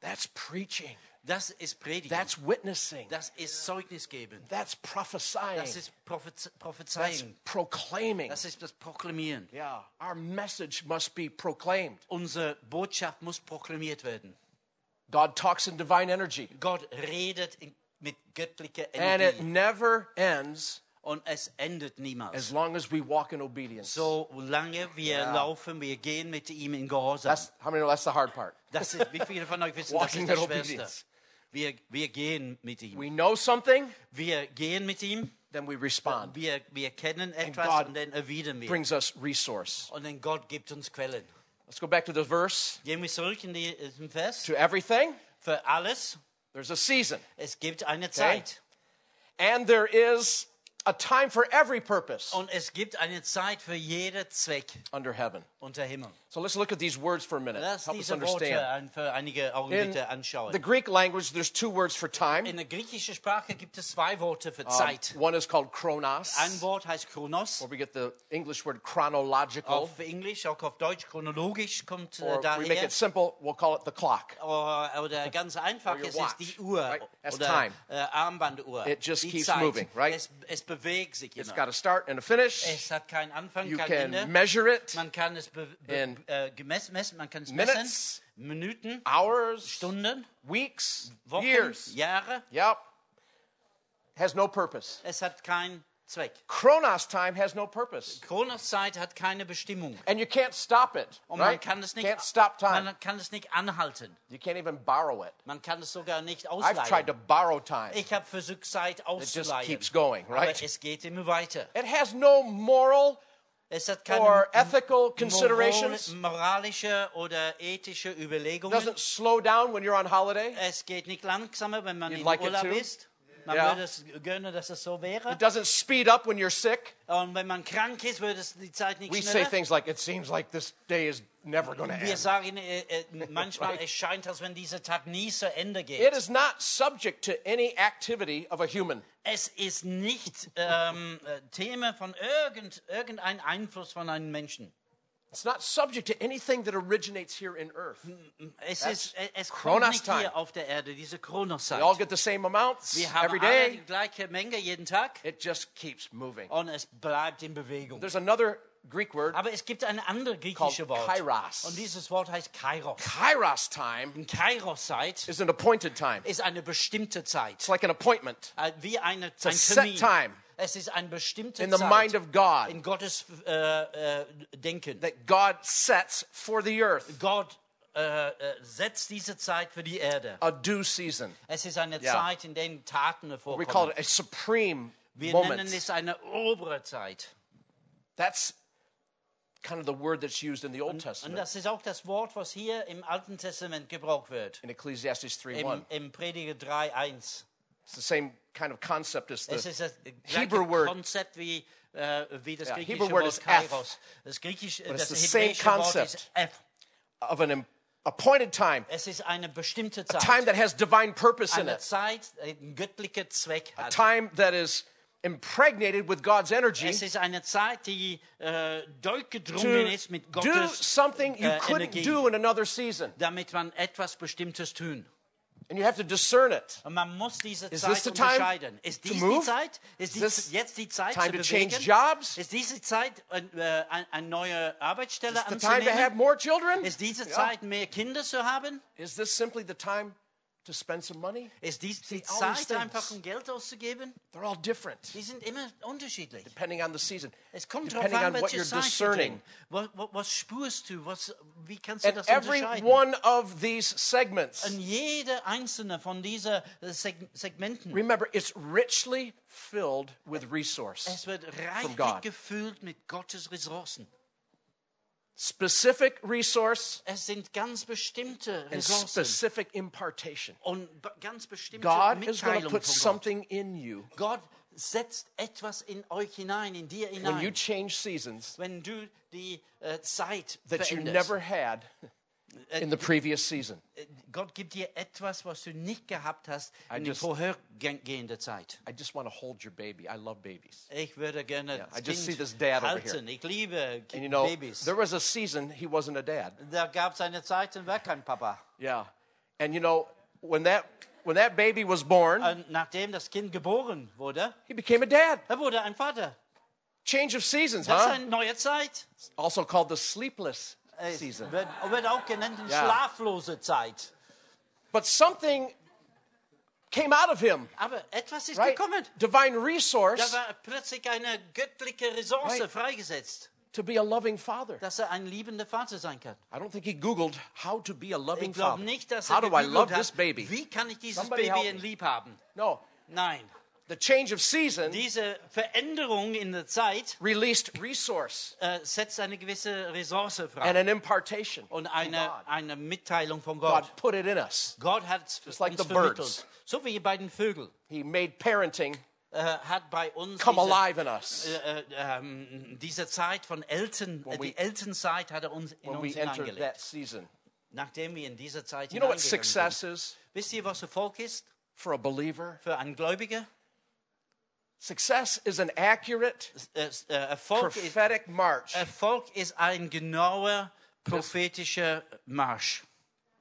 S1: That's preaching.
S2: Das ist Predigen.
S1: That's witnessing.
S2: das ist Zeugnis geben.
S1: That's prophesying.
S2: Das ist Propheze
S1: That's
S2: Prophezeien.
S1: proclaiming.
S2: Das ist das Proklamieren.
S1: yeah, our message must be proclaimed.
S2: Unsere Botschaft muss proklamiert werden.
S1: God talks in divine energy,
S2: Gott redet in, mit göttlicher
S1: and it
S2: Energie.
S1: never ends
S2: Und es endet niemals.
S1: as long as we walk in obedience.
S2: So lange wir laufen, wir gehen mit ihm in Gehorsam.
S1: that's how many know that's the hard part.
S2: Das ist, wie viele von euch wissen, das
S1: Walking in
S2: ist das Schwerste.
S1: obedience.
S2: Wir, wir gehen mit ihm.
S1: We know something,
S2: Wir gehen mit ihm.
S1: then we respond.
S2: Wir, wir kennen
S1: God
S2: etwas und dann erwidern wir.
S1: Brings us resource.
S2: Und dann Gott gibt uns Quellen.
S1: Let's go back to the verse.
S2: Gehen wir zurück in die, in den Vers.
S1: To everything,
S2: Für alles,
S1: there's a season,
S2: es gibt eine Zeit.
S1: and there is a time for every purpose
S2: Und es gibt eine Zeit für jeden Zweck
S1: under heaven.
S2: unter Himmel.
S1: So let's look at these words for a minute.
S2: Lass
S1: Help us
S2: diese Worte
S1: understand.
S2: ein, für einige
S1: In
S2: Augenblicke anschauen.
S1: the Greek language, there's two words for time.
S2: In der griechischen Sprache gibt es zwei Worte für
S1: Um,
S2: Zeit.
S1: one is called chronos,
S2: Ein Wort heißt Chronos.
S1: where we get the English word chronological.
S2: Auf Englisch, auch auf Deutsch, chronologisch kommt äh,
S1: Or we make
S2: daher.
S1: it simple, we'll call it the clock.
S2: Oh, Oder, oder ganz einfach,
S1: your
S2: es
S1: watch,
S2: ist die Uhr
S1: right? That's
S2: oder
S1: time.
S2: äh, Armbanduhr.
S1: It just
S2: die
S1: keeps
S2: Zeit.
S1: moving, right?
S2: Es, es bewegt sich
S1: It's
S2: immer.
S1: got a start and a finish.
S2: es hat keinen Anfang,
S1: You
S2: kein Ende.
S1: can measure it,
S2: Man kann es be, be,
S1: in
S2: äh, gemessen, messen, man kann es
S1: minutes,
S2: messen. Minuten,
S1: hours,
S2: Stunden,
S1: weeks,
S2: Wochen,
S1: years.
S2: Jahre.
S1: Yep. Has no purpose.
S2: Es hat keinen Zweck.
S1: Chronos time has no purpose.
S2: Chronoszeit hat keine Bestimmung.
S1: And you can't stop it.
S2: Und Oh, man
S1: right?
S2: kann es nicht,
S1: can't stop time.
S2: man kann es nicht anhalten.
S1: You can't even borrow it.
S2: Man kann es sogar nicht
S1: I've tried
S2: ausleihen.
S1: to borrow time.
S2: Ich habe versucht, Zeit
S1: It just
S2: auszuleihen.
S1: keeps going,
S2: Aber
S1: right?
S2: es geht immer weiter.
S1: It has no moral
S2: Es hat keine
S1: or ethical
S2: moral,
S1: considerations.
S2: moralische oder ethische Überlegungen.
S1: Doesn't slow down when you're on holiday.
S2: Es geht nicht langsamer, wenn man
S1: You'd
S2: im
S1: like it
S2: Urlaub
S1: too?
S2: ist. Man
S1: Yeah.
S2: würde es gönnen, dass es so wäre.
S1: It doesn't speed up when you're sick.
S2: Und wenn man krank ist, würde es die Zeit nicht
S1: We say
S2: schneller.
S1: things like, it seems like this day is never going to
S2: Wir
S1: end.
S2: sagen äh, äh, manchmal, es scheint, als wenn dieser Tag nie zu Ende geht.
S1: It is not subject to any activity of a human.
S2: Es ist nicht ähm, äh, Thema von irgend, irgendein Einfluss von einem Menschen.
S1: It's not subject to anything that originates here in earth.
S2: Hmm. Es,
S1: That's
S2: ist, äh, es kommt
S1: Chronos
S2: nicht
S1: time.
S2: hier auf der Erde, diese Chronoszeit.
S1: We all get the same amounts
S2: Wir haben
S1: every
S2: alle
S1: day.
S2: die gleiche Menge jeden Tag
S1: It just keeps moving.
S2: und es bleibt in Bewegung.
S1: There's another Greek word,
S2: Aber es gibt ein anderes griechisches
S1: Called
S2: Wort.
S1: kairos.
S2: Und dieses Wort heißt Kairos.
S1: kairos time,
S2: Kairoszeit
S1: is an appointed time.
S2: ist eine bestimmte Zeit.
S1: It's like an appointment
S2: Äh, Wie eine
S1: a
S2: ein
S1: set
S2: Termin.
S1: time.
S2: Es ist eine bestimmte
S1: in the
S2: Zeit
S1: mind of God
S2: in Gottes äh, äh, Denken.
S1: that God sets for the earth
S2: Gott äh, äh, setzt diese Zeit für die Erde.
S1: a due season.
S2: Es ist eine
S1: Ja.
S2: Zeit, in der Taten
S1: We call
S2: hervorkommen.
S1: it a supreme
S2: Wir nennen
S1: moment.
S2: es eine obere Zeit.
S1: That's kind of the word that's used in the Old
S2: Und
S1: Testament
S2: das ist auch das Wort, was hier im Alten Testament gebraucht wird.
S1: in Ecclesiastes 3:1.
S2: Im, im Prediger 3,1.
S1: It's the same kind of concept as
S2: Es
S1: the
S2: ist das
S1: Hebrew
S2: gleiche
S1: word.
S2: Konzept wie, äh, wie das
S1: Yeah,
S2: griechische
S1: Hebrew word is
S2: Wort
S1: F.
S2: Kairos. Das griechische,
S1: it's
S2: das
S1: the same
S2: hebräische Wort
S1: concept.
S2: ist F.
S1: of an im- appointed time,
S2: Es ist eine bestimmte
S1: time
S2: Zeit.
S1: that has divine purpose in
S2: Eine
S1: it,
S2: Zeit, die einen göttlichen Zweck
S1: a
S2: hat.
S1: time that is impregnated with God's energy
S2: Es ist eine Zeit, die äh, durchgedrungen
S1: to
S2: ist mit
S1: do
S2: Gottes,
S1: something you
S2: uh,
S1: couldn't
S2: energy.
S1: do in another season.
S2: damit man etwas Bestimmtes tun.
S1: And you have to discern it.
S2: Und man muss diese
S1: Is this
S2: Zeit
S1: the time
S2: unterscheiden. Ist
S1: to
S2: dies die
S1: move?
S2: Zeit? Ist
S1: this
S2: dies jetzt die Zeit
S1: time
S2: zu
S1: to change
S2: bewegen?
S1: jobs?
S2: Ist diese Zeit, ein- äh, ein- eine neue Arbeitsstelle
S1: Is the time to have
S2: anzunehmen?
S1: more children?
S2: Ist diese
S1: Yeah.
S2: Zeit, mehr Kinder zu haben?
S1: Is this simply the time to spend some money?
S2: Ist dies die
S1: all these
S2: Zeit,
S1: things.
S2: einfach um Geld auszugeben?
S1: They're all different,
S2: Die sind immer unterschiedlich.
S1: depending on the season.
S2: Es kommt darauf
S1: depending
S2: an,
S1: on what
S2: welche
S1: you're
S2: Zeit du
S1: discerning.
S2: drin- was, was, was spürst du? Was, wie kannst du
S1: And
S2: das
S1: every
S2: unterscheiden?
S1: one of these segments,
S2: Und jede einzelne von diesen äh, Seg Segmenten,
S1: remember, it's richly filled with resource,
S2: es wird
S1: God.
S2: reichlich gefüllt mit Gottes Ressourcen.
S1: specific resource
S2: Es sind ganz bestimmte
S1: and
S2: Ressourcen
S1: specific impartation.
S2: und be- ganz bestimmte
S1: God is going to
S2: Mitteilungen
S1: put
S2: von Gott.
S1: something in you
S2: Gott setzt etwas in euch hinein, in dir
S1: when you
S2: hinein,
S1: change seasons
S2: wenn du die äh, Zeit
S1: that you
S2: veränderst.
S1: never had in the previous season.
S2: Äh, Gott gibt dir etwas, was du nicht gehabt hast in der
S1: just-
S2: vorhergehenden Zeit.
S1: I just want to hold your baby. I love babies.
S2: Ich würde gerne das
S1: I just see
S2: Kind
S1: this dad over here.
S2: halten. Ich liebe Ki-
S1: And you know,
S2: Babys.
S1: there was a season he wasn't a dad.
S2: Da gab es eine Zeit, da war kein Papa.
S1: Yeah. And you know, when that when that baby was born,
S2: Und nachdem das Kind geboren wurde,
S1: he became a dad.
S2: er wurde ein Vater.
S1: Change of seasons,
S2: Das ist
S1: huh?
S2: eine neue Zeit.
S1: Also called the sleepless
S2: Es
S1: season.
S2: wird, wird auch genannt eine
S1: Ja.
S2: schlaflose Zeit.
S1: But something came out of him,
S2: Aber etwas ist
S1: right?
S2: gekommen.
S1: Divine
S2: Da
S1: resource
S2: war plötzlich eine göttliche Ressource
S1: Right.
S2: freigesetzt.
S1: to be a loving father.
S2: dass er ein liebender Vater sein kann.
S1: I don't think he Googled how to be a loving
S2: Ich glaube
S1: father.
S2: nicht, dass er
S1: how do I
S2: gegoogelt
S1: love
S2: hat,
S1: this baby?
S2: wie kann ich dieses
S1: Somebody help
S2: Baby in
S1: me.
S2: lieb haben?
S1: No,
S2: Nein.
S1: the change of season
S2: Diese Veränderung in der Zeit
S1: released resource
S2: äh, setzt eine gewisse Ressource
S1: and
S2: frei
S1: an impartation.
S2: und
S1: God.
S2: eine, eine Mitteilung von
S1: God
S2: Gott.
S1: put it in us.
S2: Gott hat es uns
S1: like the
S2: vermittelt.
S1: birds.
S2: So wie die beiden Vögel
S1: He made parenting
S2: äh, hat bei uns
S1: come
S2: diese,
S1: alive in us
S2: äh, äh, ähm, diese Zeit von Eltern, äh,
S1: When
S2: die
S1: we-
S2: Elternzeit hat er uns in
S1: when
S2: uns
S1: we enter
S2: hineingelegt.
S1: that season.
S2: Nachdem wir in dieser Zeit
S1: You know what
S2: hineingegangen
S1: success is
S2: sind. Wisst ihr, was Erfolg ist
S1: for a believer?
S2: für einen Gläubiger?
S1: Success is an accurate,
S2: Äh, äh, Erfolg ist
S1: prophetic march
S2: Erfolg ist ein genauer prophetischer Marsch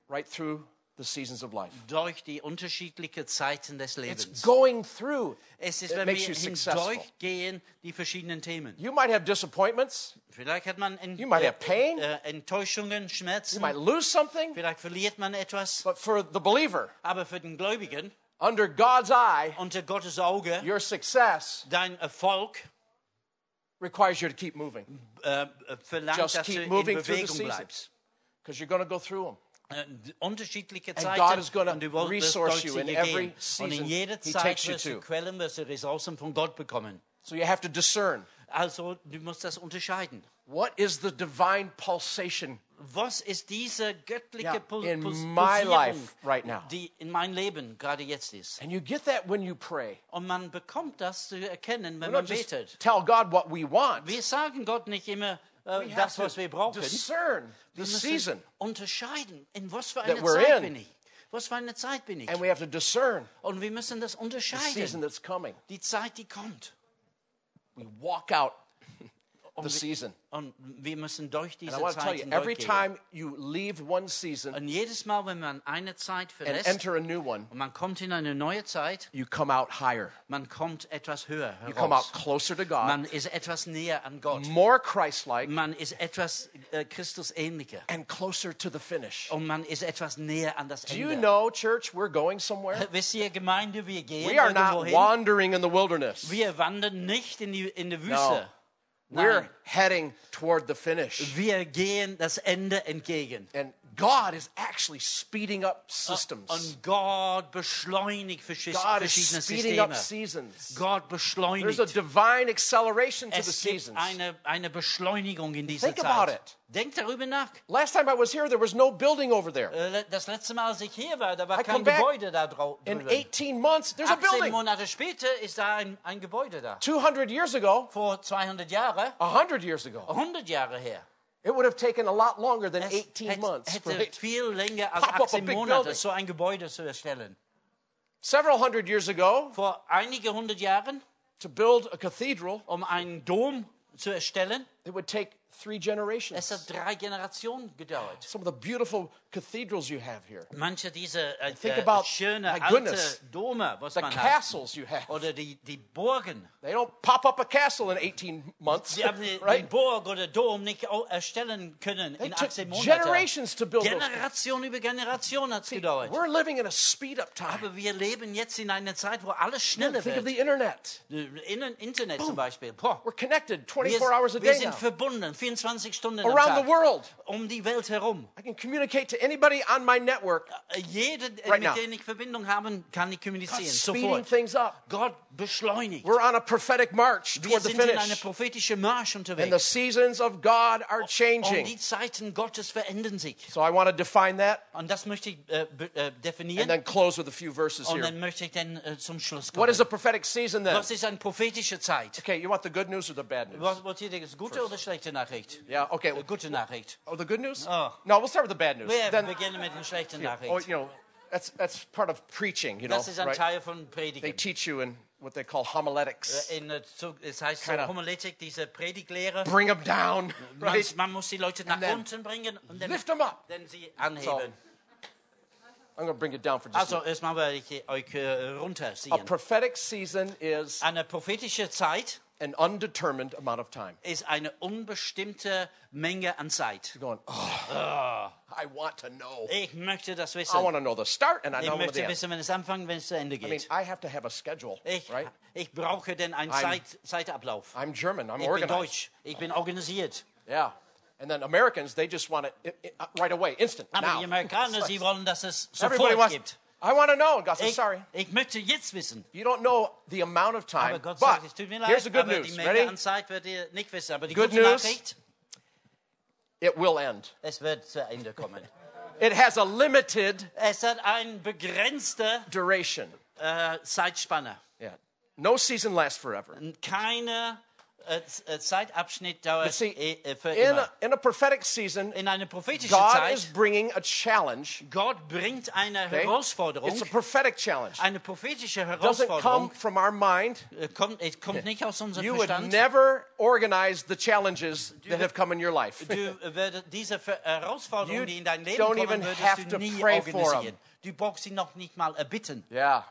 S1: right through the seasons of life.
S2: durch die unterschiedlichen Zeiten
S1: It's
S2: des Lebens.
S1: going through.
S2: Es ist,
S1: It
S2: wenn wir
S1: makes you successful.
S2: hindurchgehen, die verschiedenen Themen.
S1: You might have disappointments.
S2: Vielleicht hat man Ent
S1: You might have pain.
S2: äh, Enttäuschungen,
S1: You
S2: Schmerzen,
S1: might lose something.
S2: vielleicht verliert man etwas.
S1: But for the believer,
S2: Aber für den Gläubigen,
S1: under God's eye,
S2: unter Gottes Auge,
S1: your success
S2: dein Erfolg
S1: requires you to keep moving
S2: äh, verlangt,
S1: Just
S2: dass
S1: keep
S2: du in
S1: moving through the
S2: Bewegung
S1: seasons.
S2: bleibst.
S1: because you're going to go through them.
S2: Äh, d- unterschiedliche
S1: And
S2: Zeiten
S1: God is gonna
S2: und du wirst
S1: resource
S2: durch
S1: you
S2: sie
S1: in
S2: gehen.
S1: every
S2: und
S1: season
S2: in jeder
S1: he
S2: Zeit
S1: takes you
S2: wirst du
S1: to.
S2: Quellen, wirst du Ressourcen von Gott bekommen.
S1: So you have to discern
S2: Also, du musst das unterscheiden.
S1: what is the divine pulsation
S2: Was ist diese göttliche
S1: Yeah,
S2: Pul-
S1: in
S2: Puls-
S1: my
S2: Pulsierung,
S1: life right now.
S2: die in meinem Leben gerade jetzt ist?
S1: And you get that when you pray.
S2: Und man bekommt das zu erkennen, wenn
S1: We
S2: man
S1: don't just
S2: betet.
S1: tell God what we want.
S2: Wir sagen Gott nicht immer äh,
S1: We have
S2: das,
S1: to
S2: was wir brauchen.
S1: discern the
S2: Wir müssen
S1: season.
S2: unterscheiden, in was für
S1: that
S2: eine
S1: we're
S2: Zeit
S1: in.
S2: bin ich. Was für eine Zeit bin ich.
S1: And we have to discern
S2: Und wir müssen das
S1: the season
S2: unterscheiden.
S1: that's coming.
S2: Die Zeit, die kommt.
S1: We walk out the
S2: we-
S1: season.
S2: Und wir müssen durch diese
S1: And I want to tell
S2: Zeit
S1: you, every
S2: hindurchgehen.
S1: time you leave one season
S2: Und jedes Mal, wenn man eine Zeit
S1: and
S2: verlässt
S1: enter a new one,
S2: und man kommt in eine neue Zeit,
S1: you come out higher.
S2: man kommt etwas höher
S1: You come Mm. out
S2: heraus.
S1: closer to God,
S2: Man ist etwas näher an Gott.
S1: more Christ like,
S2: Man ist etwas äh, Christus ähnlicher.
S1: and closer to the finish.
S2: Und man ist etwas näher an das
S1: Do
S2: Ende.
S1: you know, church, we're going somewhere?
S2: Äh, Wisst ihr, Gemeinde, wir gehen
S1: We are not
S2: irgendwohin.
S1: wandering in the wilderness.
S2: Wir wandern nicht in die, in die
S1: No.
S2: Wüste.
S1: We're
S2: Nein.
S1: heading toward the finish.
S2: Wir gehen das Ende entgegen.
S1: And God is actually speeding up systems.
S2: Und Gott beschleunigt verschi-
S1: God is
S2: verschiedene
S1: speeding up
S2: Systeme.
S1: seasons. There's a
S2: Gott beschleunigt.
S1: divine acceleration to the
S2: Es gibt
S1: seasons.
S2: eine, eine Beschleunigung in dieser
S1: Think
S2: Zeit.
S1: about it.
S2: Denk darüber nach.
S1: Last time I was here, there was no building over there.
S2: Äh, le- Das letzte Mal, als ich hier war, da war
S1: I come
S2: kein
S1: back
S2: Gebäude da drau-
S1: In
S2: drüben.
S1: 18 months, there's a
S2: 18
S1: building.
S2: Monate später ist da ein, ein Gebäude da.
S1: 200 years ago,
S2: Vor 200 Jahren,
S1: 100 years ago,
S2: 100 Jahre her.
S1: it would have taken a lot longer than
S2: Es
S1: 18
S2: hätte,
S1: months.
S2: hätte
S1: right?
S2: viel länger als
S1: Pop up a
S2: 18
S1: big
S2: Monate,
S1: building.
S2: so ein Gebäude zu erstellen.
S1: Several hundred years ago,
S2: Vor einige hundert Jahren,
S1: to build a cathedral,
S2: um einen Dom zu erstellen,
S1: it would take three
S2: es hat
S1: generations.
S2: drei Generationen gedauert.
S1: Some of the beautiful cathedrals you have here,
S2: Manche dieser äh,
S1: Think
S2: äh,
S1: about-
S2: schöne
S1: my
S2: alte
S1: goodness,
S2: Dome, was
S1: the
S2: man hat,
S1: castles you have.
S2: oder die, die Burgen.
S1: They don't pop up a castle in 18 months,
S2: Sie haben die, die
S1: right?
S2: Burg oder Dom nicht au- erstellen können
S1: It
S2: in
S1: took
S2: 18 Monaten.
S1: generations to build those.
S2: Generation über Generation hat es gedauert.
S1: We're living in a speed-up time.
S2: Aber wir leben jetzt in einer Zeit, wo alles schneller
S1: Think of
S2: wird.
S1: the internet.
S2: In, Internet zum Beispiel. Boah.
S1: We're connected
S2: Wir,
S1: 24 hours a
S2: wir
S1: day
S2: sind
S1: now,
S2: verbunden, 24 Stunden am
S1: around
S2: Tag,
S1: the world.
S2: um die Welt herum.
S1: I can communicate to anybody on my network.
S2: Jeder, äh,
S1: Right
S2: mit
S1: now.
S2: dem ich Verbindung habe, kann ich kommunizieren.
S1: Speeding
S2: Sofort.
S1: things up.
S2: Gott beschleunigt.
S1: We're on a prophetic march
S2: Wir
S1: toward the
S2: sind in einer
S1: finish.
S2: prophetischen Marsch
S1: And the
S2: unterwegs.
S1: seasons of God are
S2: Und
S1: changing.
S2: die Zeiten Gottes verändern sich.
S1: So I want to define that
S2: Und das möchte ich äh, be- äh, definieren.
S1: and then close with a few verses
S2: und
S1: here.
S2: dann möchte ich dann äh, zum Schluss kommen.
S1: What is a prophetic season then?
S2: Was ist eine prophetische Zeit?
S1: Okay, you want the good news or the bad news?
S2: Was, was ihr denkt, ist gute oder schlechte Nachricht?
S1: Yeah, okay.
S2: Äh, gute Nachricht.
S1: Oh, the good news?
S2: Oh.
S1: No, we'll start with the bad news.
S2: Wir
S1: Then,
S2: beginnen mit den schlechten
S1: oh,
S2: Nachrichten.
S1: you know, that's that's part of preaching, you know.
S2: Das ist ein
S1: right?
S2: Teil von
S1: They
S2: Predigen.
S1: teach you in what they call homiletics.
S2: In, äh, zu- es heißt so
S1: Keiner.
S2: Homiletik, diese Prediglehre.
S1: Bring them down,
S2: Man,
S1: right?
S2: man muss die Leute nach
S1: then
S2: unten bringen und dann,
S1: Lift them up.
S2: dann
S1: So,
S2: sie anheben.
S1: I'm going to bring it down for just a
S2: Also erstmal werde ich euch äh, runterziehen.
S1: A prophetic season is
S2: Eine prophetische Zeit
S1: an undetermined amount of time.
S2: ist eine unbestimmte Menge an Zeit.
S1: You're going, oh, I want to know.
S2: Ich möchte das wissen.
S1: I want to know the start and I
S2: Ich
S1: know the
S2: möchte
S1: end.
S2: wissen, wenn es anfängt, wenn es zu Ende
S1: I mean,
S2: geht.
S1: I have to have a schedule,
S2: Ich,
S1: right?
S2: ich brauche denn einen
S1: I'm-
S2: Zeit, Zeitablauf.
S1: I'm German. I'm
S2: Ich bin
S1: organized.
S2: deutsch. Ich bin organisiert.
S1: Yeah. And then Americans, they just want it, it, it uh, right away, instant.
S2: Aber
S1: now.
S2: die Amerikaner,
S1: It's
S2: sie
S1: like,
S2: wollen, dass es
S1: everybody
S2: sofort
S1: wants.
S2: gibt.
S1: I want to know. And God says,
S2: Ich,
S1: sorry.
S2: ich möchte jetzt wissen.
S1: You don't know the amount of
S2: Aber
S1: time.
S2: Gott
S1: But
S2: sagt, es tut mir
S1: here's
S2: leid,
S1: the good
S2: aber die
S1: news.
S2: Menge
S1: Ready?
S2: an Zeit werdet ihr nicht wissen. Aber die
S1: Good
S2: gute
S1: news.
S2: Nachricht,
S1: It will end.
S2: es wird zu Ende kommen.
S1: It has a limited
S2: Es hat eine begrenzte
S1: duration.
S2: äh, Zeitspanne.
S1: Yeah. No season lasts forever.
S2: Und Keine äh, Z- äh, Zeitabschnitt dauert
S1: But see,
S2: eh- äh, für
S1: in,
S2: immer.
S1: a, in a prophetic season,
S2: In eine prophetische
S1: God is
S2: Zeit,
S1: bringing a challenge.
S2: Gott bringt eine
S1: okay?
S2: Herausforderung,
S1: It's a prophetic challenge.
S2: eine prophetische
S1: doesn't come
S2: Herausforderung,
S1: from our mind.
S2: äh, kommt, es kommt nicht aus unserem
S1: You would
S2: Verstand.
S1: never organize the challenges that have come in your life.
S2: Du würdest diese Ver-
S1: You
S2: Herausforderungen, die in dein Leben
S1: don't
S2: kommen,
S1: even have
S2: würdest
S1: to
S2: du nie
S1: pray for 'em.
S2: organisieren. Du brauchst sie noch nicht mal erbitten.
S1: Yeah.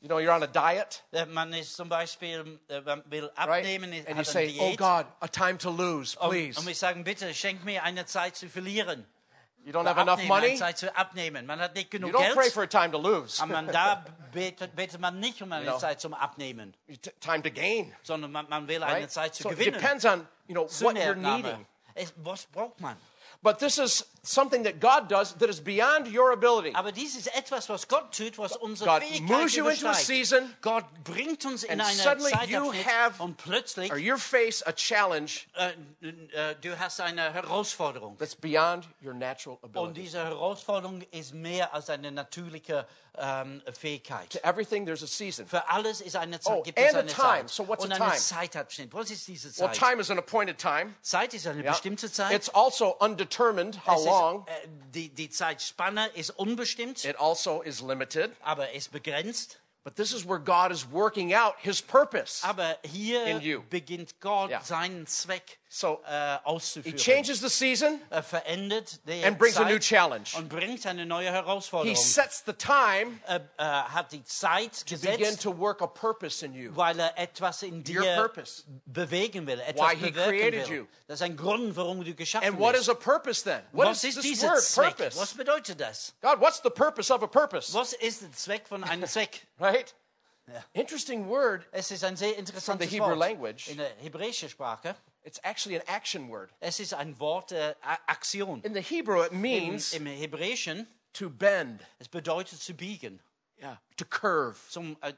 S1: You know, you're on a diet,
S2: Äh, Man ist zum Beispiel, äh, man will
S1: right?
S2: abnehmen,
S1: And you
S2: hat eine
S1: say, Oh
S2: Diät.
S1: God, a time to lose,
S2: und,
S1: please.
S2: und wir sagen, bitte, schenk mir eine Zeit zu verlieren.
S1: You don't have enough
S2: Abnehmen, eine
S1: money.
S2: Zeit zu abnehmen. Man hat nicht
S1: You
S2: genug
S1: don't
S2: Geld,
S1: pray for a time to lose.
S2: aber man, da betet, betet man nicht um eine
S1: know.
S2: Zeit zum Abnehmen,
S1: You t- time to gain.
S2: sondern man, man will eine
S1: Right?
S2: Zeit zu
S1: So it
S2: gewinnen.
S1: depends on you know what you're
S2: Zunahme.
S1: needing.
S2: Es, was braucht man?
S1: But this is something that God does that is beyond your ability.
S2: Aber dies ist etwas, was Gott tut, was unsere
S1: God moves
S2: Fähigkeit
S1: you into a
S2: übersteigt.
S1: season,
S2: Gott bringt uns in
S1: And
S2: eine
S1: suddenly you
S2: Zeitabschnitt
S1: have-
S2: und plötzlich
S1: or you face a challenge
S2: äh, äh, du hast eine Herausforderung.
S1: that's beyond your natural
S2: Und
S1: ability.
S2: diese Herausforderung ist mehr als eine natürliche ähm, Fähigkeit.
S1: To everything, there's a season.
S2: Für alles ist eine Zeit,
S1: Oh,
S2: gibt
S1: and
S2: es
S1: a
S2: eine
S1: time.
S2: Zeit.
S1: So what's
S2: und
S1: a
S2: eine
S1: time?
S2: Zeitabschnitt. Was ist diese
S1: Well,
S2: Zeit?
S1: time is an appointed time.
S2: Zeit ist eine
S1: Yeah.
S2: bestimmte Zeit.
S1: It's also undetermined how
S2: Es ist,
S1: long.
S2: äh, die, die Zeitspanne ist unbestimmt,
S1: It also is limited.
S2: aber ist begrenzt.
S1: But this is where God is working out his purpose.
S2: Aber
S1: In
S2: hier
S1: you.
S2: beginnt Gott
S1: Yeah.
S2: seinen Zweck
S1: So uh,
S2: äh,
S1: he
S2: auszuführen.
S1: changes the season
S2: er verändert die
S1: and brings a
S2: Zeit
S1: new challenge.
S2: und bringt eine neue
S1: He
S2: Herausforderung.
S1: sets the time
S2: Er äh, hat die Zeit
S1: to begin
S2: gesetzt,
S1: to work a purpose in you.
S2: weil er etwas in
S1: Your
S2: dir
S1: purpose.
S2: bewegen will,
S1: Why
S2: etwas
S1: he
S2: bewirken
S1: created
S2: will.
S1: you.
S2: Das ist ein Grund, warum du geschaffen
S1: And what
S2: bist.
S1: is a purpose then? What
S2: Was
S1: is
S2: ist
S1: this
S2: dieser
S1: word,
S2: Zweck? Was
S1: purpose?
S2: bedeutet das?
S1: God, what's the purpose of a purpose?
S2: Was ist der Zweck von einem Zweck?
S1: Right? Interesting word.
S2: Es ist ein sehr interessantes
S1: Hebrew
S2: Wort
S1: language.
S2: in der hebräischen Sprache.
S1: It's actually an action word.
S2: Es ist ein Wort äh, A- Aktion.
S1: In the Hebrew, it
S2: Im,
S1: means
S2: Im Hebräischen
S1: to bend,
S2: es bedeutet zu biegen,
S1: yeah, to curve,
S2: zum äh,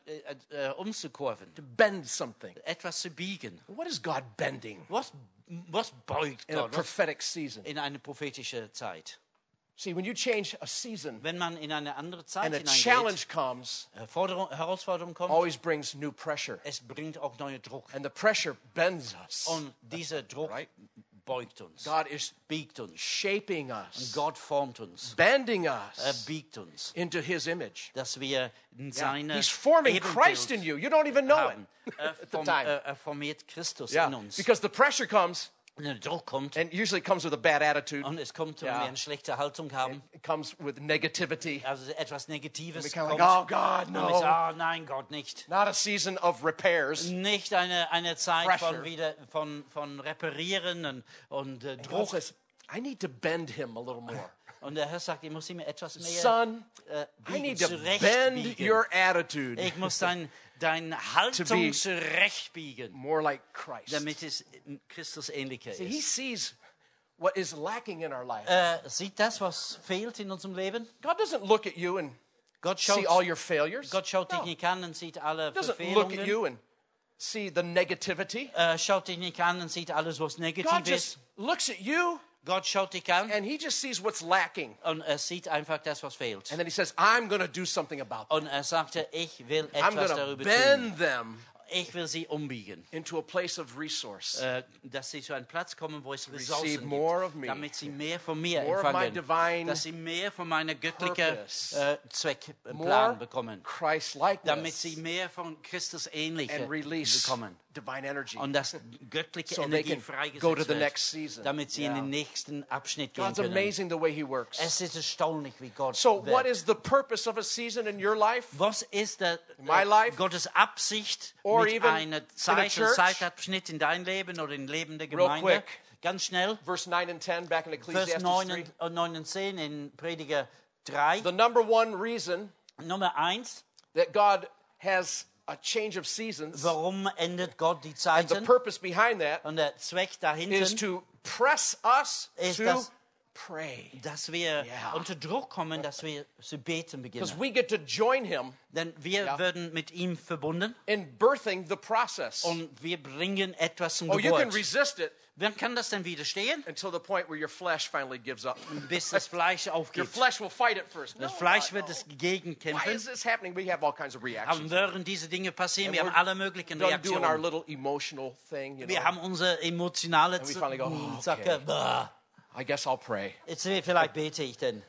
S2: äh, äh, umzukurven,
S1: to bend something.
S2: etwas zu biegen.
S1: What is God bending
S2: Was was beugt
S1: in a
S2: Gott was
S1: prophetic season?
S2: in eine prophetische Zeit?
S1: See, when you change a season
S2: Wenn man in eine andere Zeit
S1: and a
S2: hineingeht,
S1: challenge comes,
S2: äh, Forderung, Herausforderung kommt,
S1: always brings new pressure.
S2: es bringt auch neue Druck.
S1: And the pressure bends us.
S2: Und dieser Druck
S1: Right.
S2: beugt uns,
S1: God is
S2: biegt uns.
S1: shaping us,
S2: Gott formt uns,
S1: bending
S2: er
S1: us
S2: biegt uns,
S1: into his image.
S2: dass wir in seine
S1: He's forming
S2: Ebenbild
S1: Christ in you. You don't even know it.
S2: haben. Er,
S1: the
S2: form,
S1: time.
S2: er, er formiert Christus
S1: Yeah,
S2: in uns.
S1: because the pressure comes,
S2: Wenn der Druck kommt
S1: and usually it comes with a bad attitude.
S2: und es kommt, wenn
S1: Ja.
S2: wir eine schlechte Haltung haben,
S1: It comes with negativity.
S2: also etwas Negatives
S1: We kind of
S2: kommt,
S1: like, oh God,
S2: und wir
S1: no.
S2: sagen, oh nein, Gott, nicht.
S1: Not a season of repairs.
S2: Nicht eine, eine Zeit
S1: Pressure.
S2: von, wieder, von, von Reparieren und, und äh,
S1: God
S2: Druck.
S1: says, I need to bend him a little more.
S2: Und der Herr sagt, ich muss ihm etwas mehr
S1: Son,
S2: äh,
S1: I
S2: biegen,
S1: need to bend
S2: zurechtbiegen.
S1: your attitude
S2: Ich muss dein, dein Haltung zurechtbiegen,
S1: more like Christ.
S2: damit es Christus ähnlicher
S1: See, He
S2: ist.
S1: sees what is lacking in our life.
S2: Äh, sieht das, was fehlt in unserem Leben?
S1: God doesn't look at you and
S2: Gott
S1: see all
S2: schaut,
S1: your failures.
S2: Gott schaut dich
S1: No.
S2: nicht an und sieht alle
S1: doesn't look at
S2: Verfehlungen.
S1: you and see the negativity.
S2: Äh, schaut dich nicht an und sieht alles, was
S1: God
S2: negativ
S1: just
S2: ist.
S1: looks at you
S2: Gott schaut dich an
S1: and he just sees what's lacking.
S2: und er sieht eh, einfach das, was eh, fehlt.
S1: And then he says, I'm going to do something about that.
S2: Und er sagte, ich will
S1: I'm
S2: etwas
S1: going to
S2: darüber tun.
S1: bend them
S2: Ich will sie umbiegen,
S1: into a place of resource,
S2: äh, dass sie zu einem Platz kommen, wo es
S1: receive
S2: Ressourcen gibt.
S1: more of me.
S2: damit sie mehr von mir
S1: More of my
S2: empfangen,
S1: divine
S2: dass sie mehr von meiner göttlichen
S1: purpose.
S2: äh, Zweckplan
S1: More
S2: bekommen,
S1: Christ
S2: damit
S1: likeness
S2: sie mehr von Christus
S1: and
S2: ähnliche
S1: release
S2: bekommen
S1: divine energy.
S2: und dass göttliche
S1: So they
S2: Energie
S1: can go to
S2: freigesetzt
S1: the
S2: wird,
S1: next season.
S2: damit sie in
S1: Yeah.
S2: den nächsten Abschnitt gehen
S1: God's
S2: können.
S1: amazing the way he works.
S2: Es ist erstaunlich, wie Gott
S1: So, what
S2: wirkt.
S1: is the purpose of a season in your life?
S2: Was ist der,
S1: my
S2: äh,
S1: life
S2: Gottes Absicht
S1: or or
S2: mit
S1: even
S2: einer
S1: in a
S2: Zeit, einem
S1: church.
S2: Zeitabschnitt in dein Leben oder in Leben der Gemeinde.
S1: quick.
S2: Ganz schnell.
S1: Verse 9 and 10 back in
S2: Vers
S1: Ecclesiastes
S2: 9
S1: 3.
S2: und, und 9 und 10 in Prediger 3.
S1: The number one reason
S2: Nummer 1.
S1: that God has a change of seasons,
S2: Warum endet Gott die
S1: the
S2: Zeiten?
S1: purpose behind that
S2: Und der Zweck
S1: is
S2: dahinter,
S1: to press us
S2: Is
S1: to
S2: das-
S1: pray.
S2: dass wir
S1: Yeah.
S2: unter Druck kommen, dass wir zu beten
S1: Because
S2: beginnen.
S1: we get to join Him
S2: Denn wir
S1: Ja.
S2: werden mit ihm verbunden
S1: in birthing the process.
S2: und wir bringen etwas zum
S1: Oh, you can
S2: Geburt.
S1: resist it
S2: Wann kann das denn widerstehen?
S1: until the point where your flesh finally gives up.
S2: Bis das Fleisch
S1: Your
S2: aufgibt.
S1: flesh will fight it first.
S2: Das
S1: No,
S2: Fleisch
S1: God,
S2: wird
S1: no.
S2: es
S1: Why is
S2: gegenkämpfen.
S1: this happening? We have all kinds of
S2: Dann
S1: reactions.
S2: werden diese Dinge passieren.
S1: And
S2: Wir haben
S1: we're
S2: alle möglichen
S1: Done doing our
S2: Reaktionen.
S1: little emotional thing. You know,
S2: Wir haben unsere emotionale
S1: we finally go, oh, okay.
S2: Zacke. Bah.
S1: I guess I'll pray.
S2: Jetzt will- vielleicht bete ich denn.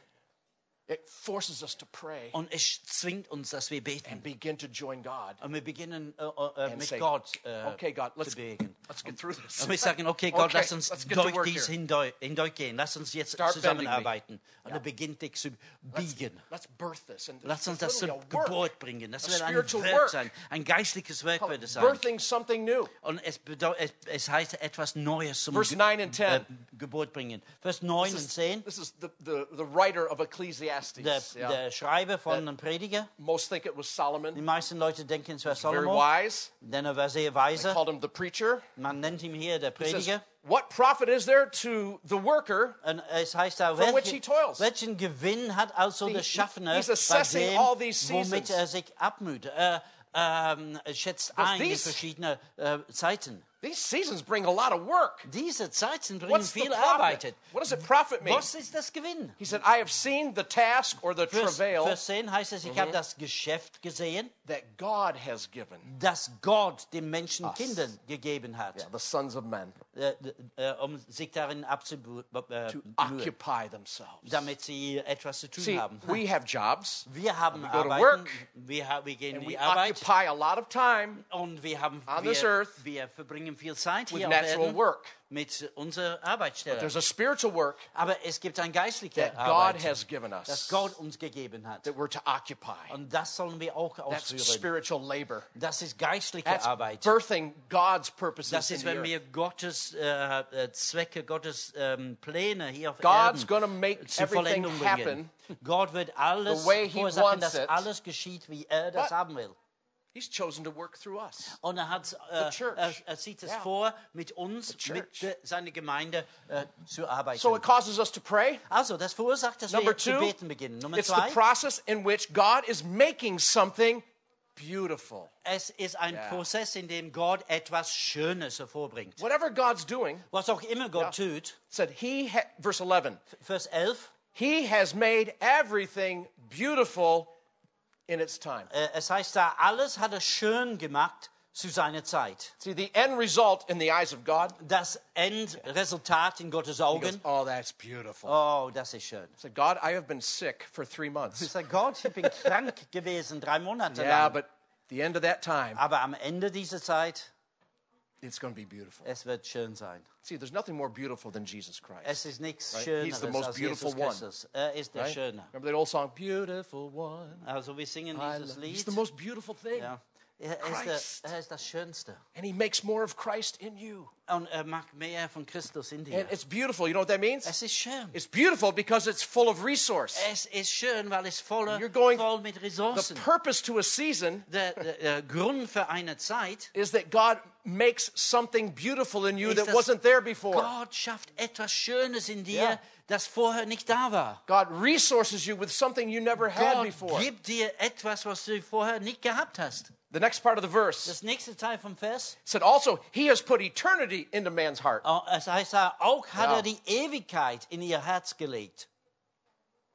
S1: It forces us to pray
S2: Und es zwingt uns, dass wir
S1: and
S2: beten.
S1: begin to join God.
S2: Und wir beginnen äh, äh,
S1: and
S2: mit
S1: say,
S2: Gott äh,
S1: okay, God, let's,
S2: zu beten.
S1: let's get through this.
S2: Und wir sagen, okay, Gott,
S1: Okay,
S2: lass uns
S1: let's get to
S2: durch
S1: work
S2: dies
S1: here.
S2: hindeu- hindurchgehen. Lass uns jetzt
S1: Start bending me.
S2: zusammenarbeiten. Und er beginnt dich zu biegen.
S1: Let's birth this. And
S2: Lass uns das
S1: it's
S2: zur
S1: literally a work,
S2: Geburt bringen. Das
S1: a
S2: wird ein
S1: spiritual
S2: Werk
S1: work.
S2: sein. Ein geistliches Werk wird es sein.
S1: birthing something new.
S2: Und es, bedeu- es, es heißt etwas Neues zum
S1: Verse 9 and 10.
S2: äh, Geburt bringen. Vers 9 und 10.
S1: This is the, the, the writer of Ecclesiastes.
S2: Der,
S1: yeah.
S2: der Schreiber von dem Prediger.
S1: Most think it was
S2: Die
S1: Solomon.
S2: meisten Leute denken, es war
S1: Very
S2: Salomo,
S1: wise.
S2: denn er war sehr weise.
S1: Called him the preacher.
S2: Man nennt ihn hier der
S1: It says,
S2: Prediger.
S1: what profit is there to the worker?
S2: Und es heißt auch,
S1: From which he toils.
S2: welchen Gewinn hat also der
S1: he-
S2: Schaffner
S1: he's assessing
S2: bei dem,
S1: all these seasons.
S2: womit er sich abmüht? Er ähm, er schätzt ein die
S1: these-
S2: verschiedenen äh, Zeiten.
S1: These seasons bring a lot of work.
S2: Diese Zeiten bringen
S1: What's the
S2: viel
S1: profit?
S2: Arbeit.
S1: What does it profit me?
S2: Was ist das Gewinn?
S1: He said, I have seen the task or the
S2: Vers,
S1: travail
S2: Vers 10 heißt es, ich
S1: Mhm.
S2: habe das Geschäft gesehen,
S1: that God has given
S2: das Gott den Menschen Kindern gegeben hat,
S1: the sons of men
S2: äh, äh, um sich darin
S1: to
S2: abzumühen,
S1: occupy themselves.
S2: damit sie etwas zu tun
S1: See,
S2: haben.
S1: we have jobs
S2: Wir haben
S1: go to
S2: Arbeiten,
S1: work,
S2: wir, ha- wir gehen in
S1: and we
S2: die Arbeit
S1: occupy a lot of time
S2: und wir, haben,
S1: on
S2: wir,
S1: this earth
S2: wir verbringen viel Zeit
S1: with
S2: hier auf
S1: natural
S2: Erden
S1: work.
S2: mit unserer Arbeitsstelle.
S1: There's a spiritual work
S2: Aber es gibt ein geistliches
S1: that God
S2: Arbeit,
S1: has given
S2: das
S1: us
S2: Gott uns gegeben hat.
S1: that we're to occupy.
S2: Und das sollen wir auch
S1: That's
S2: ausführen.
S1: spiritual labor.
S2: Das ist geistliche
S1: That's
S2: Arbeit.
S1: birthing God's purposes
S2: Das
S1: in
S2: ist,
S1: the
S2: wenn
S1: earth.
S2: wir Gottes äh, äh, Zwecke, Gottes ähm, Pläne hier auf
S1: God's
S2: Erden
S1: gonna make
S2: zur
S1: everything
S2: Vollendung bringen.
S1: happen.
S2: Gott wird alles
S1: the way he
S2: verursachen,
S1: wants
S2: dass
S1: it.
S2: alles geschieht, wie er das
S1: But-
S2: haben will.
S1: He's chosen to work through us.
S2: Und er, hat,
S1: The
S2: äh,
S1: church.
S2: er, er sieht es
S1: Yeah.
S2: vor, mit uns,
S1: The
S2: mit
S1: church.
S2: de, seiner Gemeinde äh, zu arbeiten.
S1: So it causes us to pray.
S2: also, das verursacht, dass
S1: Number
S2: wir zu
S1: two,
S2: beten beginnen. Nummer
S1: It's the
S2: zwei,
S1: process in which God is making something beautiful.
S2: es ist ein
S1: Yeah.
S2: Prozess, in dem Gott etwas Schönes hervorbringt.
S1: Whatever God's doing,
S2: Was auch immer Gott tut,
S1: said he ha- verse 11.
S2: Vers 11,
S1: He has made everything beautiful in its time.
S2: äh, es heißt da, alles hat er schön gemacht zu seiner Zeit.
S1: See the end result in the eyes of God.
S2: Das Endresultat in Gottes
S1: he goes,
S2: Augen,
S1: oh, that's beautiful.
S2: oh, das ist schön.
S1: Said God, I have been sick for three
S2: Ich
S1: months.
S2: sage, Gott, ich bin krank gewesen, drei Monate
S1: yeah,
S2: lang.
S1: but the end of that time,
S2: Aber am Ende dieser Zeit,
S1: it's going to be beautiful.
S2: es wird schön sein.
S1: See, there's nothing more beautiful than Jesus Christ.
S2: Es ist nichts
S1: Right? He's
S2: Schöneres
S1: the most
S2: als
S1: beautiful
S2: Jesus
S1: one.
S2: Christus. Er ist der
S1: right?
S2: Schöne.
S1: Remember that old song, "Beautiful One."
S2: Also wir singen
S1: I
S2: dieses
S1: love- He's
S2: Lied.
S1: the most beautiful thing,
S2: ja. er, ist
S1: Christ.
S2: der, er ist das Schönste.
S1: and He makes more of Christ in you.
S2: Und er mag mehr von Christus in dir.
S1: And it's beautiful. You know what that means?
S2: Es ist schön.
S1: It's beautiful because it's full of resource.
S2: Es ist schön, weil es voller,
S1: You're going-
S2: voll mit
S1: The
S2: Ressourcen.
S1: purpose to a season
S2: Der, der, der Grund für eine Zeit,
S1: is that God makes something beautiful in you
S2: Ist
S1: that
S2: das-
S1: wasn't there before.
S2: Gott schafft etwas Schönes in dir,
S1: Ja.
S2: das vorher nicht da war.
S1: God resources you with something you never had
S2: Gott
S1: before.
S2: gibt dir etwas, was du vorher nicht gehabt hast.
S1: The next part of the verse
S2: Das nächste Teil vom Vers,
S1: said, Also, He has put eternity into man's heart.
S2: oh, es heißt da, auch hat
S1: Ja.
S2: er die Ewigkeit in ihr Herz gelegt.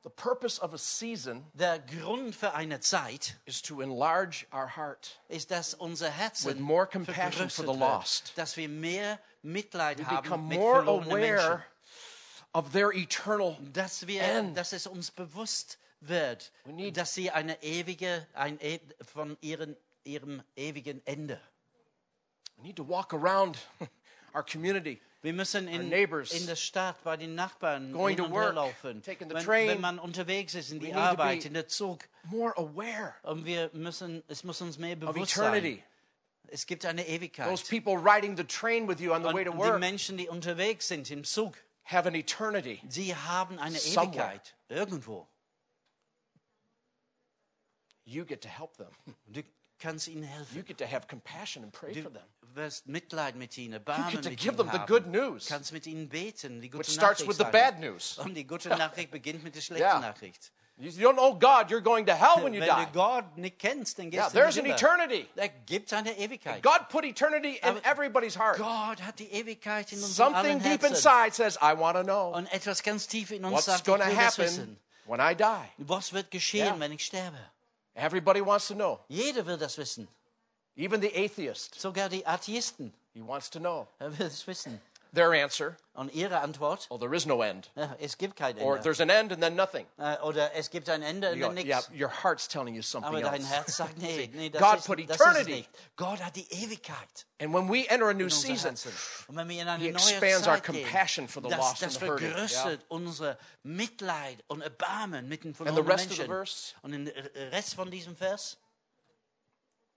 S1: The purpose of a season
S2: Der Grund für eine Zeit
S1: is to enlarge our heart.
S2: ist, dass unser
S1: With
S2: Herzen
S1: more compassion
S2: vergrößert
S1: for the
S2: wird,
S1: lost.
S2: dass wir mehr Mitleid haben
S1: Become
S2: mit
S1: more
S2: verlorenen Menschen,
S1: aware of their eternal.
S2: dass wir,
S1: end.
S2: dass es uns bewusst wird,
S1: need-
S2: dass sie eine ewige, ein e von ihren, ihrem ewigen Ende.
S1: We need to walk around our community.
S2: Wir müssen in,
S1: neighbors.
S2: in der Stadt bei den Nachbarn
S1: Going
S2: hin
S1: to
S2: und her
S1: work,
S2: laufen,
S1: taking the
S2: wenn,
S1: train.
S2: wenn man unterwegs ist in die
S1: need to
S2: Arbeit,
S1: be-
S2: in der Zug.
S1: More aware
S2: Und wir müssen, es muss uns mehr
S1: of
S2: bewusst sein.
S1: eternity.
S2: Es gibt eine
S1: Those
S2: Ewigkeit.
S1: people riding the train with you on the
S2: Und
S1: way to
S2: die
S1: work
S2: Menschen, die unterwegs sind im Zug,
S1: have an eternity.
S2: sie haben eine
S1: Somewhere.
S2: Ewigkeit irgendwo.
S1: You get to help them.
S2: Und du kannst ihnen helfen.
S1: You get to have compassion and pray
S2: Du
S1: for them.
S2: wirst Mitleid mit ihnen,
S1: You
S2: Erbarmen
S1: get to
S2: mit
S1: give
S2: ihnen
S1: them the good
S2: haben.
S1: news,
S2: Kannst mit ihnen beten, die gute
S1: which starts
S2: Nachricht
S1: with the
S2: sagen.
S1: bad news.
S2: Und die gute Nachricht beginnt mit der schlechten
S1: Yeah.
S2: Nachricht.
S1: You don't know God, you're going to hell when
S2: Wenn
S1: you
S2: du
S1: die.
S2: Gott nicht kennst, dann
S1: Yeah,
S2: gehst
S1: there's
S2: du in
S1: an
S2: die Hölle.
S1: eternity.
S2: Da gibt eine Ewigkeit.
S1: God put eternity in everybody's heart.
S2: Gott hat die Ewigkeit in unserem
S1: Something
S2: allen
S1: deep
S2: Herzen.
S1: inside says, I want to know
S2: Und etwas ganz tief in uns
S1: what's
S2: sagt, ich
S1: going to
S2: will das
S1: happen
S2: wissen.
S1: when I die.
S2: Was wird geschehen,
S1: Yeah.
S2: wenn ich sterbe?
S1: Everybody wants to know.
S2: Jeder will das wissen.
S1: Even the atheist,
S2: Sogar die Atheisten
S1: he wants to know.
S2: äh, will es wissen.
S1: Their answer,
S2: Und ihre Antwort,
S1: oh, there is no end.
S2: äh, es gibt kein
S1: Or
S2: Ende.
S1: there's an end and then nothing.
S2: Äh, Oder es gibt ein Ende und
S1: You go,
S2: dann
S1: yeah,
S2: nichts.
S1: your heart's telling you
S2: Aber
S1: something
S2: dein
S1: else.
S2: Herz sagt, nee, nee
S1: God
S2: das,
S1: put
S2: ist, das ist es
S1: eternity
S2: nicht. Gott hat die Ewigkeit.
S1: And when we enter a new
S2: in unser
S1: season,
S2: Herzen. Und wenn wir in eine
S1: He
S2: neue
S1: expands our
S2: Zeit
S1: compassion
S2: gehen,
S1: for the
S2: das,
S1: lost
S2: das
S1: and the hurting,
S2: vergrößert unser Mitleid und Erbarmen mitten von
S1: And the
S2: anderen
S1: rest of the
S2: Menschen.
S1: verse?
S2: Und den Rest von diesem Vers,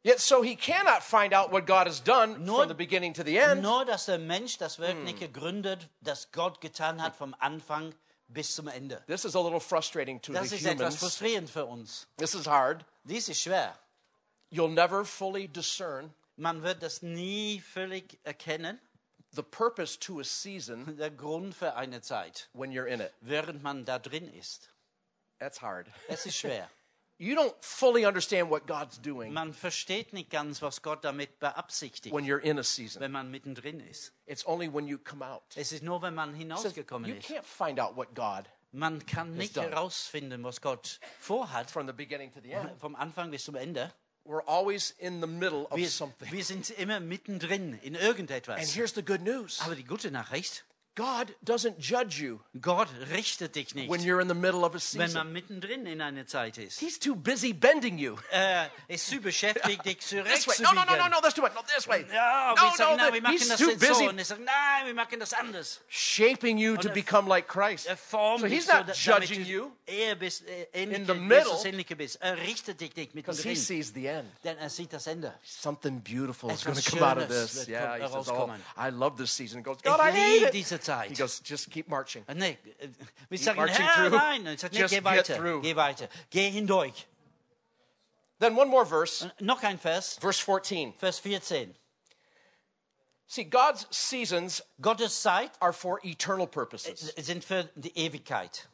S1: yet so he cannot find out what God has done
S2: Nur-
S1: from the beginning to the end.
S2: nur dass der Mensch das Werk
S1: Hm.
S2: nicht gegründet, das Gott getan hat vom Anfang bis zum Ende.
S1: This is a little frustrating to
S2: Das
S1: the
S2: ist etwas
S1: humans.
S2: frustrierend für uns.
S1: This is hard.
S2: Dies ist schwer.
S1: You'll never fully discern
S2: Man wird das nie völlig erkennen,
S1: the purpose to a season
S2: der Grund für eine Zeit,
S1: when you're in it.
S2: während man da drin ist.
S1: That's hard.
S2: Es ist schwer.
S1: You don't fully understand what God's doing
S2: Man versteht nicht ganz, was Gott damit beabsichtigt.
S1: when you're in a season.
S2: wenn man mittendrin ist.
S1: It's only when you come out.
S2: Es ist nur, wenn man
S1: Says,
S2: hinausgekommen
S1: You
S2: ist.
S1: can't find out what God
S2: Man kann nicht
S1: done.
S2: herausfinden, was Gott vorhat,
S1: from the beginning to the end.
S2: vom Anfang bis zum Ende.
S1: We're always in the middle of
S2: Wir,
S1: something.
S2: wir sind immer mittendrin in
S1: And
S2: irgendetwas.
S1: here's the good news
S2: Aber die gute Nachricht,
S1: God doesn't judge you
S2: Gott richtet dich
S1: when
S2: nicht,
S1: you're in the middle of a
S2: wenn
S1: season.
S2: man mittendrin in einer Zeit ist.
S1: He's too busy bending you.
S2: Er ist zu beschäftigt, dich
S1: This way. No, no, no, no,
S2: zurechtzubiegen.
S1: no, that's too much. No, this way.
S2: Ja,
S1: no,
S2: wir sagen,
S1: no,
S2: nein,
S1: that-
S2: wir machen
S1: he's
S2: das
S1: too
S2: jetzt so.
S1: busy
S2: Und er sagt, nein, wir machen das anders.
S1: shaping you to
S2: er-
S1: become like Christ.
S2: Er formt
S1: So he's
S2: dich so,
S1: not
S2: da-
S1: judging
S2: damit du
S1: you
S2: eher bist, äh, ähnlich,
S1: the
S2: Jesus
S1: middle.
S2: ähnlicher bist. Er richtet dich nicht
S1: because he
S2: mittendrin.
S1: sees the end.
S2: denn er sieht das Ende.
S1: Something beautiful is
S2: Etwas
S1: going to come out of
S2: Schönes
S1: this.
S2: wird
S1: Yeah,
S2: kommen-
S1: he says, oh,
S2: herauskommen.
S1: I love this season. He goes,
S2: Ich
S1: God, I
S2: liebe
S1: hate it.
S2: diese
S1: He
S2: Zeit.
S1: goes, just keep marching.
S2: Ah, nee, äh, wir sagen,
S1: marching
S2: Herr,
S1: through.
S2: nein. Und ich sage, nee,
S1: Just
S2: geh
S1: get
S2: weiter,
S1: through.
S2: geh weiter, geh hindurch.
S1: Then one more verse,
S2: Noch ein Vers,
S1: verse 14.
S2: Vers 14.
S1: See, God's seasons
S2: Gottes Zeit
S1: are for eternal purposes.
S2: sind für die Ewigkeit.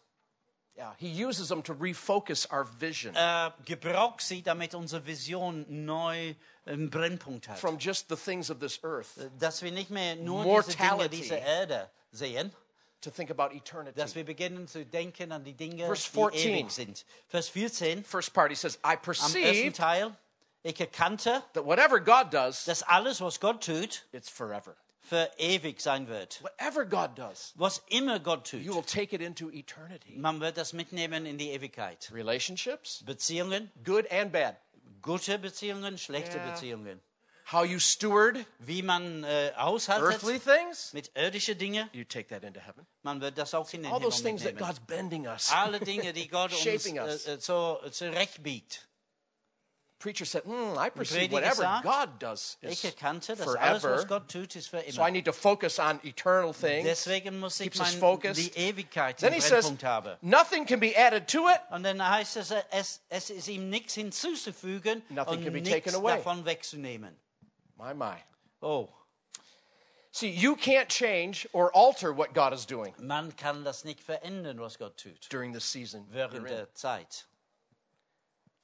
S1: Yeah, he uses them to refocus our vision
S2: Äh, gebraucht sie, damit unsere Vision neu einen Brennpunkt hat.
S1: from just the things of this earth
S2: Dass wir nicht mehr nur
S1: Mortality.
S2: diese Dinge dieser Erde sehen,
S1: to think about eternity.
S2: dass wir beginnen zu denken an die Dinge,
S1: Vers
S2: die
S1: 14.
S2: ewig sind. Vers 14,
S1: First part, he says, I
S2: am ersten
S1: perceive
S2: Teil, ich erkannte,
S1: that whatever God does,
S2: dass alles, was Gott tut,
S1: it's forever.
S2: für ewig sein wird.
S1: Whatever God does,
S2: Was immer Gott
S1: you
S2: tut,
S1: will take it into eternity.
S2: man wird das mitnehmen in die Ewigkeit.
S1: Relationships,
S2: Beziehungen,
S1: good and bad.
S2: gute Beziehungen, schlechte
S1: Ja.
S2: Beziehungen.
S1: How you steward
S2: Wie man äh, aushaltet
S1: earthly things,
S2: mit irdischen Dingen,
S1: you take that into heaven.
S2: man wird das auch in den
S1: All
S2: Himmel
S1: those things that
S2: mitnehmen.
S1: God's bending us.
S2: Alle Dinge, die Gott uns
S1: Shaping us.
S2: äh, äh, so zurechtbiegt.
S1: Preacher said, "Hmm, I perceive
S2: Prediger
S1: whatever
S2: sagt,
S1: God does is
S2: Ich erkannte, dass alles, was
S1: forever.
S2: Gott tut, ist für
S1: So I
S2: immer.
S1: need to focus on eternal things.
S2: Deswegen muss ich
S1: keeps us
S2: mein,
S1: focused.
S2: die Ewigkeit
S1: Then he
S2: im
S1: says,
S2: Brennpunkt haben.
S1: nothing can be added to it.
S2: Und dann heißt es, äh, es, es ist ihm nichts hinzuzufügen
S1: Nothing
S2: und
S1: can be
S2: nichts
S1: taken away.
S2: davon wegzunehmen.
S1: My, my.
S2: Oh,
S1: See, you can't change or alter what God is doing
S2: man kann das nicht verändern, was Gott tut,
S1: during the season.
S2: während
S1: you're in.
S2: der Zeit.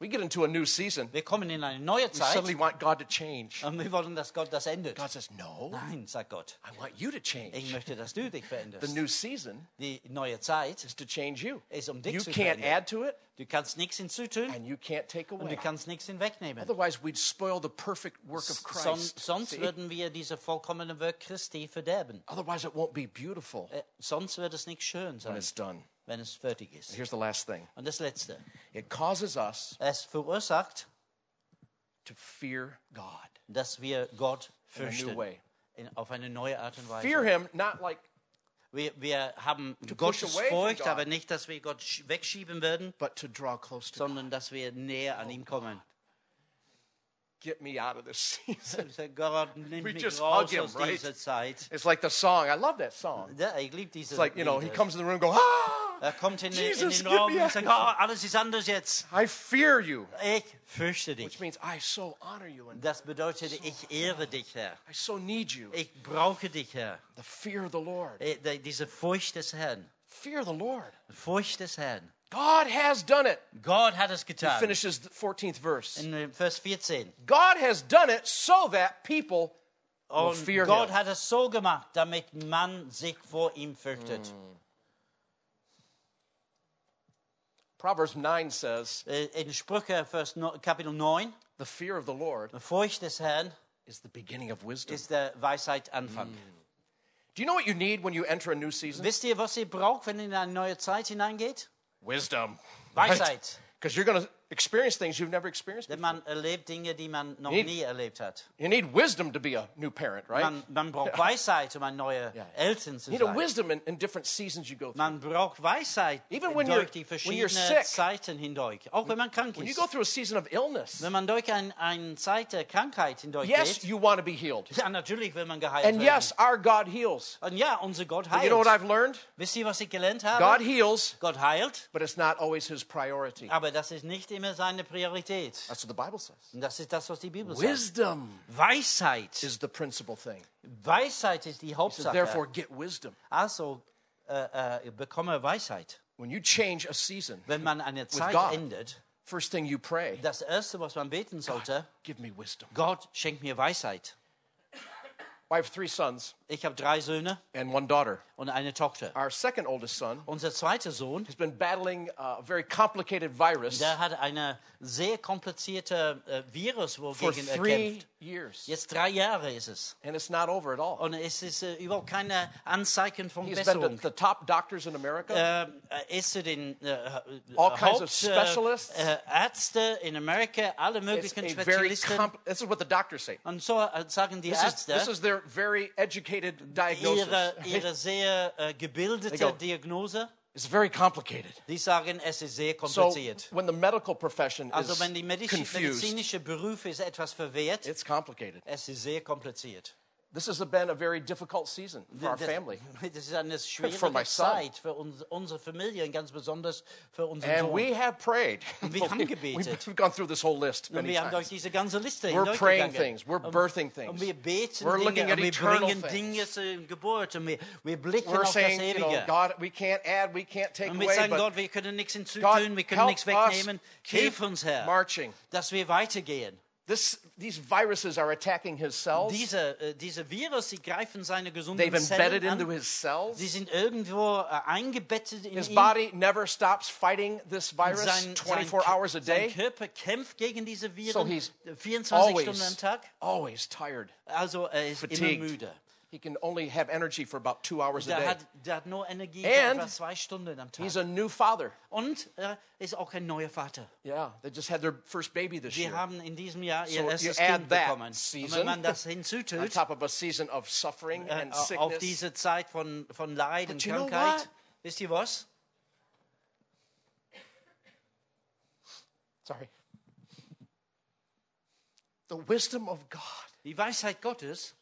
S1: We get into a new season.
S2: Wir kommen in eine neue
S1: We
S2: Zeit
S1: suddenly want God to change.
S2: und wir wollen, dass Gott das ändert.
S1: God says, no,
S2: Nein, sagt Gott,
S1: I want you to
S2: ich
S1: change.
S2: möchte, dass du dich
S1: The
S2: veränderst.
S1: new season
S2: Die neue Zeit,
S1: is to change you.
S2: Is om dit
S1: You
S2: te
S1: can't
S2: veranderen.
S1: add to it
S2: du kannst nichts hinzutun
S1: and you can't take
S2: und du
S1: away.
S2: kannst nichts hinwegnehmen.
S1: Otherwise, we'd spoil the perfect work of
S2: Son,
S1: Also Christ.
S2: sonst
S1: See?
S2: würden wir diese vollkommene Werk Christi verderben.
S1: Otherwise, it won't be beautiful
S2: Äh, sonst wird es nicht schön
S1: when
S2: sein,
S1: it's done.
S2: wenn es fertig ist.
S1: Here's the last thing
S2: Und das Letzte.
S1: it causes us
S2: Es verursacht,
S1: to fear God.
S2: dass wir Gott
S1: in a new
S2: fürchten.
S1: way.
S2: In, auf eine neue Art und Weise.
S1: Fear Him, not like,
S2: Wir, wir haben
S1: push
S2: Gottes
S1: away from
S2: Furcht,
S1: God.
S2: aber nicht, dass wir Gott sch- wegschieben werden,
S1: but to draw close to God.
S2: sondern dass wir näher an ihm kommen.
S1: get me out of this season.
S2: So, Gott nimmt
S1: We
S2: mich
S1: just hug
S2: raus
S1: him,
S2: aus
S1: right?
S2: dieser Zeit.
S1: It's like the song. I love that song.
S2: Ja, ich liebe diese
S1: It's like, you know, he
S2: Lieder.
S1: comes in the room and go, ah,
S2: Er kommt in, den-
S1: Jesus,
S2: in
S1: give
S2: den Raum
S1: me
S2: und sagt,
S1: a-
S2: oh, alles ist anders jetzt.
S1: I fear you.
S2: Ich fürchte dich.
S1: Which means I so honor you and
S2: Das bedeutet, ich ehre dich, Herr.
S1: I so need you.
S2: Ich brauche dich, Herr.
S1: The fear of the Lord.
S2: Äh, de- Diese Furcht des Herrn.
S1: Fear the Lord.
S2: Furcht des Herrn.
S1: God has done it.
S2: Gott hat es getan.
S1: Finishes the 14th verse.
S2: In äh, Vers 14.
S1: God has done it so that people will
S2: Und
S1: fear
S2: Gott
S1: him.
S2: hat es so gemacht, damit man sich vor ihm fürchtet.
S1: Mm. Proverbs 9 says,
S2: Äh, In Sprüche, Vers no, Kapitel 9,
S1: The fear of the Lord
S2: Furcht des Herrn
S1: is the beginning of wisdom.
S2: ist der Weisheit Anfang.
S1: Do you know what you need when you enter a new season?
S2: Wisst ihr, was ihr braucht, wenn ihr in eine neue Zeit hineingeht?
S1: Wisdom.
S2: Weisheit.
S1: Because you're going to experience things you've never experienced
S2: Denn
S1: before.
S2: man erlebt Dinge, die man noch
S1: Need-
S2: nie erlebt hat.
S1: You need wisdom to be a new parent, right?
S2: Man, man braucht Weisheit, um ein neuer Eltern zu
S1: You need a
S2: sein.
S1: wisdom in, in different seasons you go through.
S2: Man braucht Weisheit um
S1: Even when
S2: durch
S1: you're-
S2: die
S1: when you're
S2: verschiedenen
S1: sick.
S2: Zeiten hindurch. Auch wenn man krank
S1: When you
S2: ist.
S1: go through a season of illness,
S2: Wenn man durch ein- eine Zeit der Krankheit hindurch
S1: yes,
S2: geht,
S1: you want to be healed.
S2: ja, natürlich will man geheilt
S1: And
S2: werden.
S1: yes, our God heals.
S2: Und ja, unser Gott
S1: You know what
S2: heilt.
S1: I've learned?
S2: Wisst ihr, was ich gelernt habe?
S1: God heals,
S2: Gott heilt,
S1: but it's not always his priority.
S2: aber das ist nicht immer seine Priorität.
S1: That's what the Bible says.
S2: Und das ist das, was die Bibel sagt.
S1: Wisdom
S2: Weisheit.
S1: is the principal thing.
S2: Weisheit ist die
S1: So
S2: Hauptsache.
S1: therefore, get wisdom.
S2: also äh, äh, bekomme Weisheit.
S1: When you change a season,
S2: Wenn man eine Zeit
S1: God.
S2: endet,
S1: first thing you pray,
S2: das Erste, was man beten sollte,
S1: give me wisdom.
S2: Gott schenkt mir Weisheit.
S1: I have three sons
S2: Ich habe drei Söhne
S1: and one daughter.
S2: und eine Tochter.
S1: Our second oldest son
S2: Unser zweiter Sohn,
S1: has been battling uh, a very complicated virus
S2: der hat eine sehr komplizierte äh, Virus,
S1: for
S2: wogegen er
S1: three
S2: kämpft.
S1: years.
S2: Jetzt drei Jahre ist es.
S1: And it's not over at all.
S2: Und es ist äh, überhaupt keine Anzeichen von
S1: He's been to
S2: Besserung.
S1: the top doctors in America.
S2: Äh, äh, ist zu den äh, äh,
S1: All kinds of
S2: Haupt,
S1: specialists.
S2: Äh, Ärzte in Amerika, alle
S1: It's
S2: möglichen
S1: a very
S2: Spezialisten.
S1: comp- this is what the doctors say.
S2: Und so äh, sagen die
S1: This is,
S2: Ärzte,
S1: this is their very educated diagnosis.
S2: ihre, ihre sehr
S1: They
S2: äh, gebildete
S1: go-
S2: Diagnose,
S1: It's very complicated.
S2: die sagen, es ist sehr
S1: So
S2: kompliziert.
S1: when the medical profession
S2: also
S1: is
S2: wenn die mediz
S1: confused,
S2: medizinische Beruf ist etwas verwehrt,
S1: it's complicated.
S2: es ist sehr kompliziert.
S1: This has been a very difficult season for our
S2: Das-
S1: family.
S2: Das ist eine
S1: For my
S2: schwierige
S1: son.
S2: Zeit für uns, unsere Familie und ganz besonders für unseren
S1: And
S2: Sohn.
S1: we have prayed.
S2: wir haben
S1: We've-
S2: gebetet.
S1: We've gone through this whole list
S2: und
S1: many
S2: wir haben durch
S1: times.
S2: diese ganze Liste
S1: We're praying
S2: hindurchgegangen.
S1: things. We're birthing things.
S2: Und wir beten
S1: We're looking
S2: Dinge,
S1: at
S2: und wir
S1: eternal
S2: bringen
S1: things.
S2: Dinge zur Geburt und wir, wir blicken
S1: We're
S2: auf
S1: saying,
S2: das
S1: you
S2: Ewige.
S1: know, God, we can't add, we can't take
S2: und wir
S1: away,
S2: sagen,
S1: but
S2: Gott, wir können nichts
S1: God,
S2: hinzutun, wir können
S1: help
S2: nichts wegnehmen.
S1: us keep
S2: Hilf uns, Herr,
S1: marching.
S2: dass wir weitergehen.
S1: This, these viruses are attacking his cells.
S2: Diese, äh, diese Virus, sie greifen seine
S1: They've
S2: gesunden
S1: embedded
S2: Zellen
S1: into
S2: an.
S1: his cells.
S2: Sie sind irgendwo äh, eingebettet in
S1: His
S2: ihn.
S1: body never stops fighting this virus
S2: sein,
S1: 24
S2: sein,
S1: hours a
S2: sein
S1: day.
S2: Körper kämpft gegen diese Viren
S1: So he's
S2: 24 Stunden am
S1: Always,
S2: Tag.
S1: always tired.
S2: Also er ist
S1: Fatigued.
S2: immer müde.
S1: He can only have energy for about two hours a
S2: Der
S1: day.
S2: hat, der hat nur Energie für
S1: And
S2: etwa zwei Stunden am Tag.
S1: He's a new father.
S2: Und er ist auch ein neuer Vater.
S1: Yeah, they just had their first baby this
S2: Wir
S1: year.
S2: haben in diesem Jahr ihr
S1: So
S2: erstes
S1: you add
S2: Kind
S1: that
S2: bekommen. Und
S1: season
S2: wenn man das
S1: On
S2: hinzutut,
S1: top of a season of suffering
S2: äh,
S1: and
S2: auf
S1: sickness.
S2: diese Zeit von, von Leiden,
S1: But you know
S2: Krankheit,
S1: what?
S2: wisst ihr was?
S1: Sorry. The wisdom of God
S2: Die Weisheit Gottes,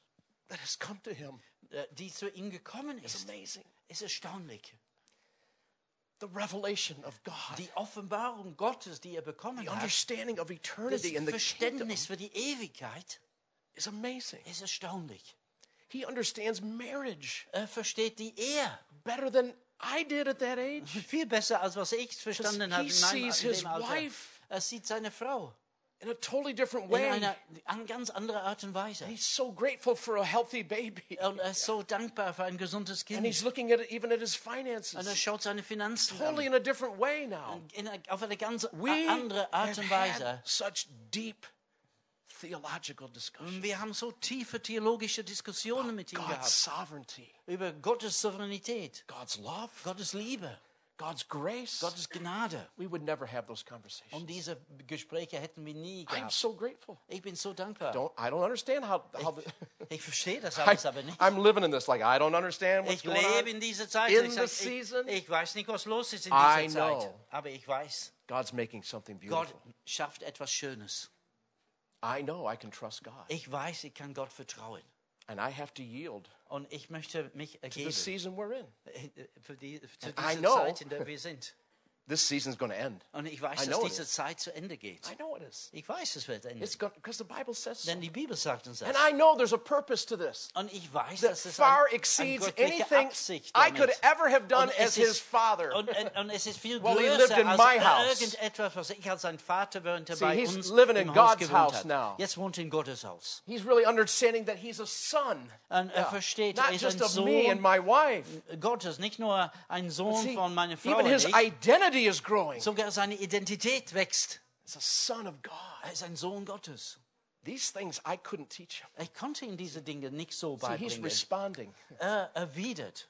S1: that has come to him
S2: äh, die zu ihm gekommen
S1: is
S2: ist,
S1: amazing.
S2: ist erstaunlich.
S1: The revelation of God,
S2: Die Offenbarung Gottes, die er bekommen
S1: the
S2: hat,
S1: understanding of
S2: das
S1: eternity and the kingdom
S2: Verständnis für die Ewigkeit
S1: is amazing.
S2: ist erstaunlich.
S1: He understands marriage
S2: Er versteht die Ehe
S1: better than I did at that age.
S2: viel besser, als was ich verstanden habe.
S1: he
S2: in meinem-
S1: sees
S2: in
S1: his
S2: dem Alter.
S1: wife
S2: Er sieht seine Frau
S1: in a totally different
S2: in
S1: way.
S2: einer an ganz andere Art und Weise.
S1: He's so grateful for a healthy baby.
S2: Und er ist so dankbar für ein gesundes
S1: And he's
S2: Kind.
S1: looking at it, even at his
S2: Und er
S1: finances
S2: schaut seine Finanzen
S1: totally in
S2: an.
S1: a different way now.
S2: In, einer- auf eine ganz
S1: We
S2: andere Art
S1: have
S2: und
S1: had
S2: Weise.
S1: such deep theological discussions.
S2: Und wir haben so tiefe theologische
S1: Oh
S2: Diskussionen mit ihm
S1: God's
S2: gehabt.
S1: sovereignty,
S2: Über Gottes Souveränität,
S1: God's love,
S2: Gottes Liebe,
S1: God's grace.
S2: Gottes Gnade.
S1: We would never have those conversations.
S2: Und diese Gespräche hätten wir nie
S1: I'm
S2: gehabt.
S1: so grateful.
S2: Ich bin so dankbar.
S1: Don't I don't understand how how the,
S2: Ich verstehe das
S1: I,
S2: alles aber nicht.
S1: I'm living in this like I don't understand what's
S2: Ich
S1: going on.
S2: lebe in dieser Zeit.
S1: in
S2: und ich,
S1: the
S2: sag,
S1: season.
S2: ich, ich weiß nicht, was los ist in dieser
S1: I
S2: Zeit.
S1: know.
S2: Aber ich weiß,
S1: God's making something beautiful.
S2: Gott schafft etwas Schönes.
S1: I know I can trust God.
S2: Ich weiß, ich kann Gott vertrauen.
S1: And I have to yield
S2: Und ich möchte mich
S1: to the
S2: ergeben
S1: season we're in.
S2: äh, für die, zu
S1: And I
S2: dieser
S1: know-
S2: Zeit, in der wir sind.
S1: This season's going to end.
S2: Und ich
S1: I
S2: weiß, dass
S1: know it
S2: diese
S1: is.
S2: Zeit zu Ende geht.
S1: I know it is.
S2: Ich weiß, es wird enden.
S1: It's because the Bible says so.
S2: Denn die Bibel sagt uns
S1: And
S2: das.
S1: I know there's a purpose to this
S2: Und ich weiß,
S1: that
S2: dass es ein,
S1: far
S2: ein
S1: exceeds
S2: göttliche
S1: anything
S2: Absicht
S1: I
S2: damit.
S1: could ever have done
S2: Und es
S1: as his
S2: ist-
S1: father.
S2: Und, äh, und, und es ist viel
S1: While he lived
S2: größer
S1: in my house.
S2: als irgendetwas, was ich als sein Vater während er
S1: See,
S2: bei
S1: he's
S2: uns
S1: living
S2: im
S1: in
S2: Haus
S1: God's
S2: gewohnt
S1: house
S2: hat.
S1: now.
S2: Jetzt wohnt er in Gottes Haus.
S1: He's really understanding that he's a son.
S2: Und er versteht, er
S1: Not
S2: ist
S1: just
S2: ein
S1: of me and
S2: Sohn
S1: my wife.
S2: Gottes, nicht nur ein Sohn
S1: See,
S2: von meiner Frau
S1: even
S2: und
S1: his
S2: ich,
S1: identity is growing.
S2: sogar seine Identität wächst.
S1: It's a son of God.
S2: Er ist ein Sohn Gottes.
S1: These things I couldn't teach him.
S2: Ich konnte ihm diese Dinge nicht so
S1: See, he's
S2: beibringen.
S1: responding
S2: Er erwidert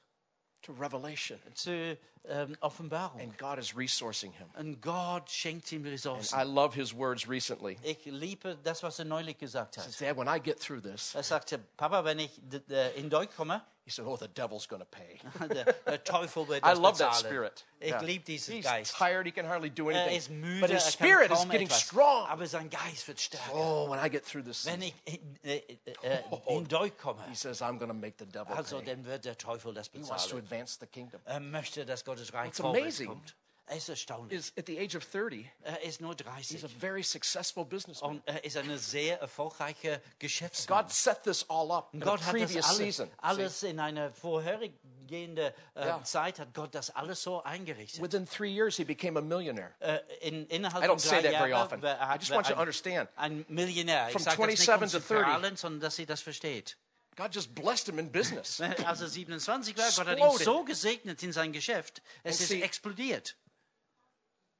S1: to revelation,
S2: zu ähm, Offenbarung.
S1: and God is resourcing him.
S2: Und Gott schenkt ihm
S1: And
S2: Ressourcen.
S1: I love his words recently.
S2: Ich liebe das, was er neulich gesagt hat.
S1: Dad, when I get through this,
S2: Er sagte, Papa, wenn ich d- d- in Deutsch komme,
S1: he said, "Oh, the devil's going to pay."
S2: der, der Teufel wird
S1: I
S2: das
S1: love that
S2: bezahlen.
S1: spirit.
S2: Ich
S1: Yeah.
S2: liebe diesen
S1: He's
S2: Geist.
S1: tired; he can hardly do
S2: Er
S1: anything.
S2: ist müde,
S1: but his
S2: er kann
S1: spirit is
S2: kaum
S1: getting
S2: etwas.
S1: strong.
S2: Aber sein Geist wird stärker.
S1: Oh, when I get through this,
S2: Wenn ich äh, äh, äh, in Deutsch komme,
S1: he says, "I'm going to make the devil
S2: also
S1: pay."
S2: dann wird der Teufel das
S1: He wants to
S2: bezahlen.
S1: advance the kingdom.
S2: Er möchte, dass Gottes Reich
S1: It's
S2: vorwärts
S1: amazing.
S2: kommt. Er ist erstaunlich.
S1: Is at the age of 30,
S2: Er ist nur
S1: he's a
S2: 30
S1: very successful businessman.
S2: und er ist eine sehr erfolgreiche Geschäftsmann.
S1: God set this all up in
S2: Gott
S1: the
S2: hat das
S1: previous
S2: alles,
S1: season. See?
S2: alles in einer vorhergehenden äh,
S1: Ja.
S2: Zeit hat Gott das alles so eingerichtet.
S1: Within three years, he became a millionaire.
S2: Äh, in, innerhalb
S1: I don't
S2: von
S1: say
S2: drei
S1: that very
S2: Jahren
S1: often.
S2: wer-
S1: I just
S2: wer
S1: want you to
S2: ein-
S1: understand.
S2: Ein Millionär. Ich
S1: From
S2: sage das nicht,
S1: 27
S2: um zu
S1: to 30.
S2: prahlen, sondern dass sie das versteht.
S1: God just blessed him in business.
S2: Als er 27 war, Gott hat ihn
S1: Exploded.
S2: so gesegnet in sein Geschäft, es
S1: And
S2: ist
S1: see-
S2: explodiert.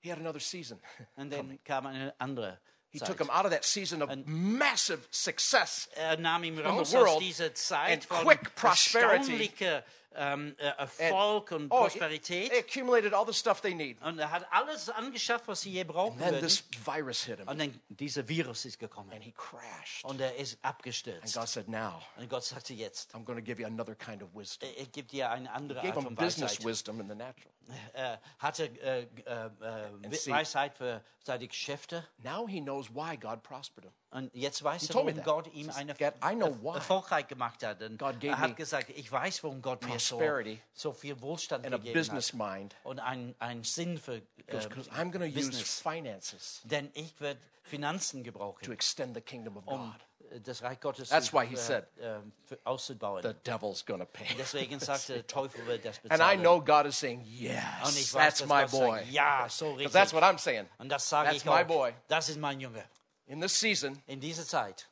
S1: He had another season.
S2: Und dann kam eine andere
S1: He
S2: Zeit.
S1: took him out of that season of massive success.
S2: Er nahm ihn raus
S1: the
S2: aus
S1: world
S2: dieser
S1: and
S2: Zeit von
S1: quick prosperity.
S2: erstaunlicher ähm, äh, Erfolg und
S1: Oh,
S2: Prosperität.
S1: They accumulated all the stuff they need.
S2: und er hat alles angeschafft, was sie je brauchen
S1: Then
S2: würden.
S1: this virus hit him
S2: Und dann dieser Virus ist gekommen.
S1: and he crashed.
S2: Und er ist
S1: And
S2: abgestürzt.
S1: God said, Now
S2: Und Gott sagte jetzt,
S1: I'm going to give you another kind of wisdom.
S2: er gibt dir eine andere
S1: Gave
S2: Art
S1: him
S2: von
S1: business
S2: Weisheit.
S1: wisdom in the natural.
S2: Er hatte äh, äh, äh,
S1: see-
S2: Weisheit für seine Geschäfte.
S1: Now he knows why God prospered him.
S2: Und jetzt weiß er,
S1: told me
S2: warum
S1: that.
S2: Gott ihm eine
S1: "Gad, I know why."
S2: erfolgreich gemacht hat. Und
S1: God gave
S2: er
S1: me
S2: hat gesagt, ich weiß, warum Gott mir so,
S1: prosperity
S2: so viel Wohlstand
S1: And a
S2: gegeben hat.
S1: business mind.
S2: Und ein, ein Sinn für äh,
S1: Because I'm going to use
S2: Business.
S1: finances
S2: Denn ich werde Finanzen
S1: to
S2: gebrauchen,
S1: extend the kingdom of
S2: um
S1: God.
S2: äh, das Reich Gottes
S1: That's
S2: zu,
S1: why he
S2: äh,
S1: said,
S2: äh, für- auszubauen.
S1: The devil's going to pay.
S2: Deswegen sagt der Teufel, wird das bezahlen.
S1: And I know God is saying,
S2: Und
S1: Yes,
S2: ich weiß,
S1: that's
S2: dass
S1: my
S2: Gott
S1: boy.
S2: Sagt, ja, so richtig.
S1: Because that's what I'm saying.
S2: Und das sage
S1: That's
S2: ich
S1: my
S2: auch.
S1: boy.
S2: Das ist mein Junge.
S1: In this season,
S2: In dieser Zeit,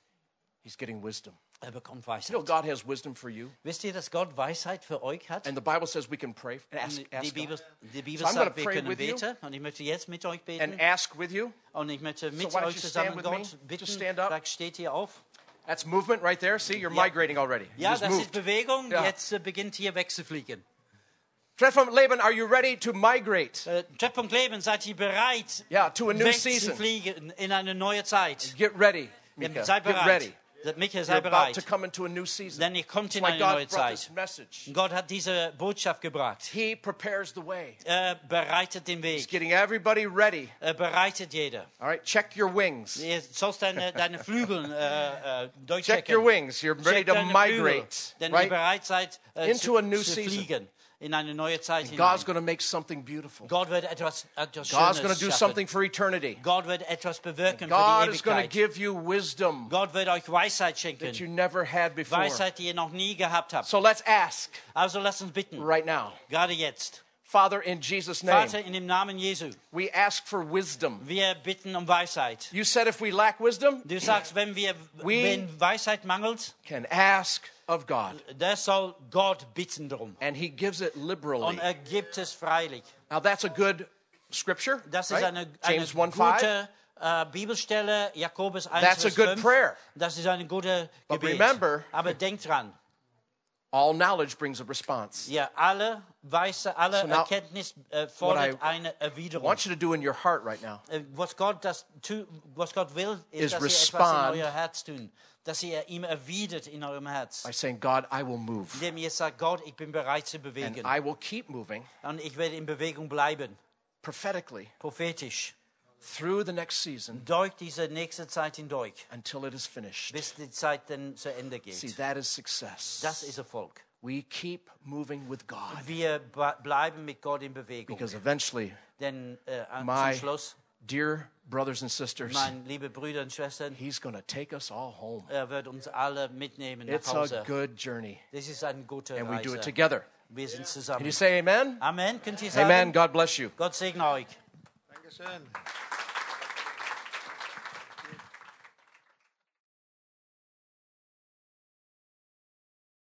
S1: he's getting wisdom.
S2: er bekommt
S1: You know,
S2: Weisheit.
S1: God has wisdom for you.
S2: Wisst ihr, dass Gott Weisheit für euch hat?
S1: And the Bible says we can pray and ask,
S2: Und die
S1: ask
S2: Bibel,
S1: God.
S2: die Bibel
S1: So I'm gonna
S2: sagt, wir
S1: pray
S2: können
S1: with you.
S2: beten. Und ich möchte jetzt mit euch beten.
S1: and ask with you.
S2: und ich möchte mit
S1: why don't
S2: euch
S1: you
S2: zusammen
S1: stand with me?
S2: Gott bitten.
S1: Just stand up.
S2: Vielleicht steht ihr auf.
S1: That's movement right there. See, you're migrating already. You
S2: Ja,
S1: just
S2: das
S1: moved.
S2: ist Bewegung.
S1: Ja.
S2: Jetzt äh, beginnt hier wegzufliegen.
S1: Fred from Laban, are you ready to migrate?
S2: Äh, Treffpunkt Leben, seid ihr bereit,
S1: Yeah, to a new season.
S2: wegzufliegen in eine neue Zeit?
S1: Get ready, Mika.
S2: Micha, Seid
S1: Get
S2: bereit.
S1: ready.
S2: Micha,
S1: You're
S2: sei
S1: about to
S2: bereit.
S1: come into a new season.
S2: Denn ihr kommt in
S1: My
S2: eine
S1: God
S2: neue
S1: brought this
S2: Zeit.
S1: message.
S2: Gott hat diese Botschaft gebracht. eh,
S1: He prepares the way.
S2: Er bereitet den
S1: He's
S2: Weg.
S1: getting everybody ready.
S2: Er bereitet jeder.
S1: All right, check your wings.
S2: Ihr sollst deine, deine Flügel äh, äh,
S1: Check
S2: durchchecken.
S1: your wings. You're ready
S2: Check
S1: to
S2: deine
S1: migrate.
S2: Flügel, denn ihr
S1: Right?
S2: bereit seid, äh,
S1: Into
S2: zu,
S1: a new
S2: zu
S1: season.
S2: fliegen in eine neue Zeit hinein.
S1: God's going to make something beautiful.
S2: Gott wird etwas, etwas
S1: God's going to
S2: Schönes
S1: do
S2: schaffen.
S1: something for eternity.
S2: Gott wird etwas bewirken
S1: God
S2: für die
S1: is going to
S2: Ewigkeit.
S1: give you wisdom
S2: Gott wird euch Weisheit
S1: that you
S2: schenken.
S1: never had before.
S2: Weisheit, die ihr noch nie gehabt habt.
S1: So let's ask
S2: Also lasst uns bitten,
S1: right now.
S2: gerade jetzt.
S1: Father, in Jesus' name,
S2: Vater, in dem Namen Jesu,
S1: we ask for wisdom.
S2: wir bitten um Weisheit.
S1: You said if we lack wisdom,
S2: Du sagst, wenn wir
S1: We-
S2: wenn Weisheit mangelt,
S1: can ask of God,
S2: der soll Gott bitten darum.
S1: and He gives it liberally.
S2: Und er gibt es freilich.
S1: Now that's a good scripture.
S2: Das
S1: right?
S2: ist eine, eine
S1: James 1:5.
S2: gute äh, Bibelstelle, Jakobus 1,
S1: That's a
S2: Vers
S1: good
S2: 5.
S1: prayer.
S2: Das ist eine gute
S1: But
S2: Gebet.
S1: remember-
S2: Aber denkt dran,
S1: All knowledge brings a response.
S2: ja, alle Weise, alle
S1: So now,
S2: Erkenntnis äh, fordert
S1: what I
S2: eine
S1: I
S2: Erwiderung.
S1: want you to do in your heart right now
S2: Äh, was, Gott das tu, was Gott will,
S1: Is
S2: ist, dass
S1: respond-
S2: ihr etwas in euer Herz tun. Dass ihr ihm erwidert in eurem Herz.
S1: by saying, God, I will move.
S2: Indem ihr sagt, Gott, ich bin bereit zu
S1: And
S2: bewegen.
S1: I will keep moving
S2: Und ich werde in Bewegung bleiben,
S1: prophetically
S2: prophetisch.
S1: through the next season
S2: durch diese nächste Zeit hindurch,
S1: until it is finished.
S2: bis die Zeit dann zu Ende
S1: See,
S2: geht.
S1: that is success.
S2: Das ist Erfolg.
S1: We keep moving with God
S2: Wir ba- bleiben mit Gott in Bewegung.
S1: because eventually,
S2: Denn äh,
S1: my-
S2: zum Schluss,
S1: dear brothers and sisters,
S2: meine liebe Brüder und Schwestern,
S1: He's going to take us all home.
S2: er wird uns alle mitnehmen nach
S1: It's a
S2: Hause.
S1: good journey,
S2: Das ist ein guter
S1: and we do it
S2: Reise.
S1: together.
S2: Wir
S1: Can
S2: sind
S1: you
S2: zusammen.
S1: say amen?
S2: Amen. Könnt ihr sagen?
S1: Amen. God bless you.
S2: Gott segne euch.
S3: Dankeschön.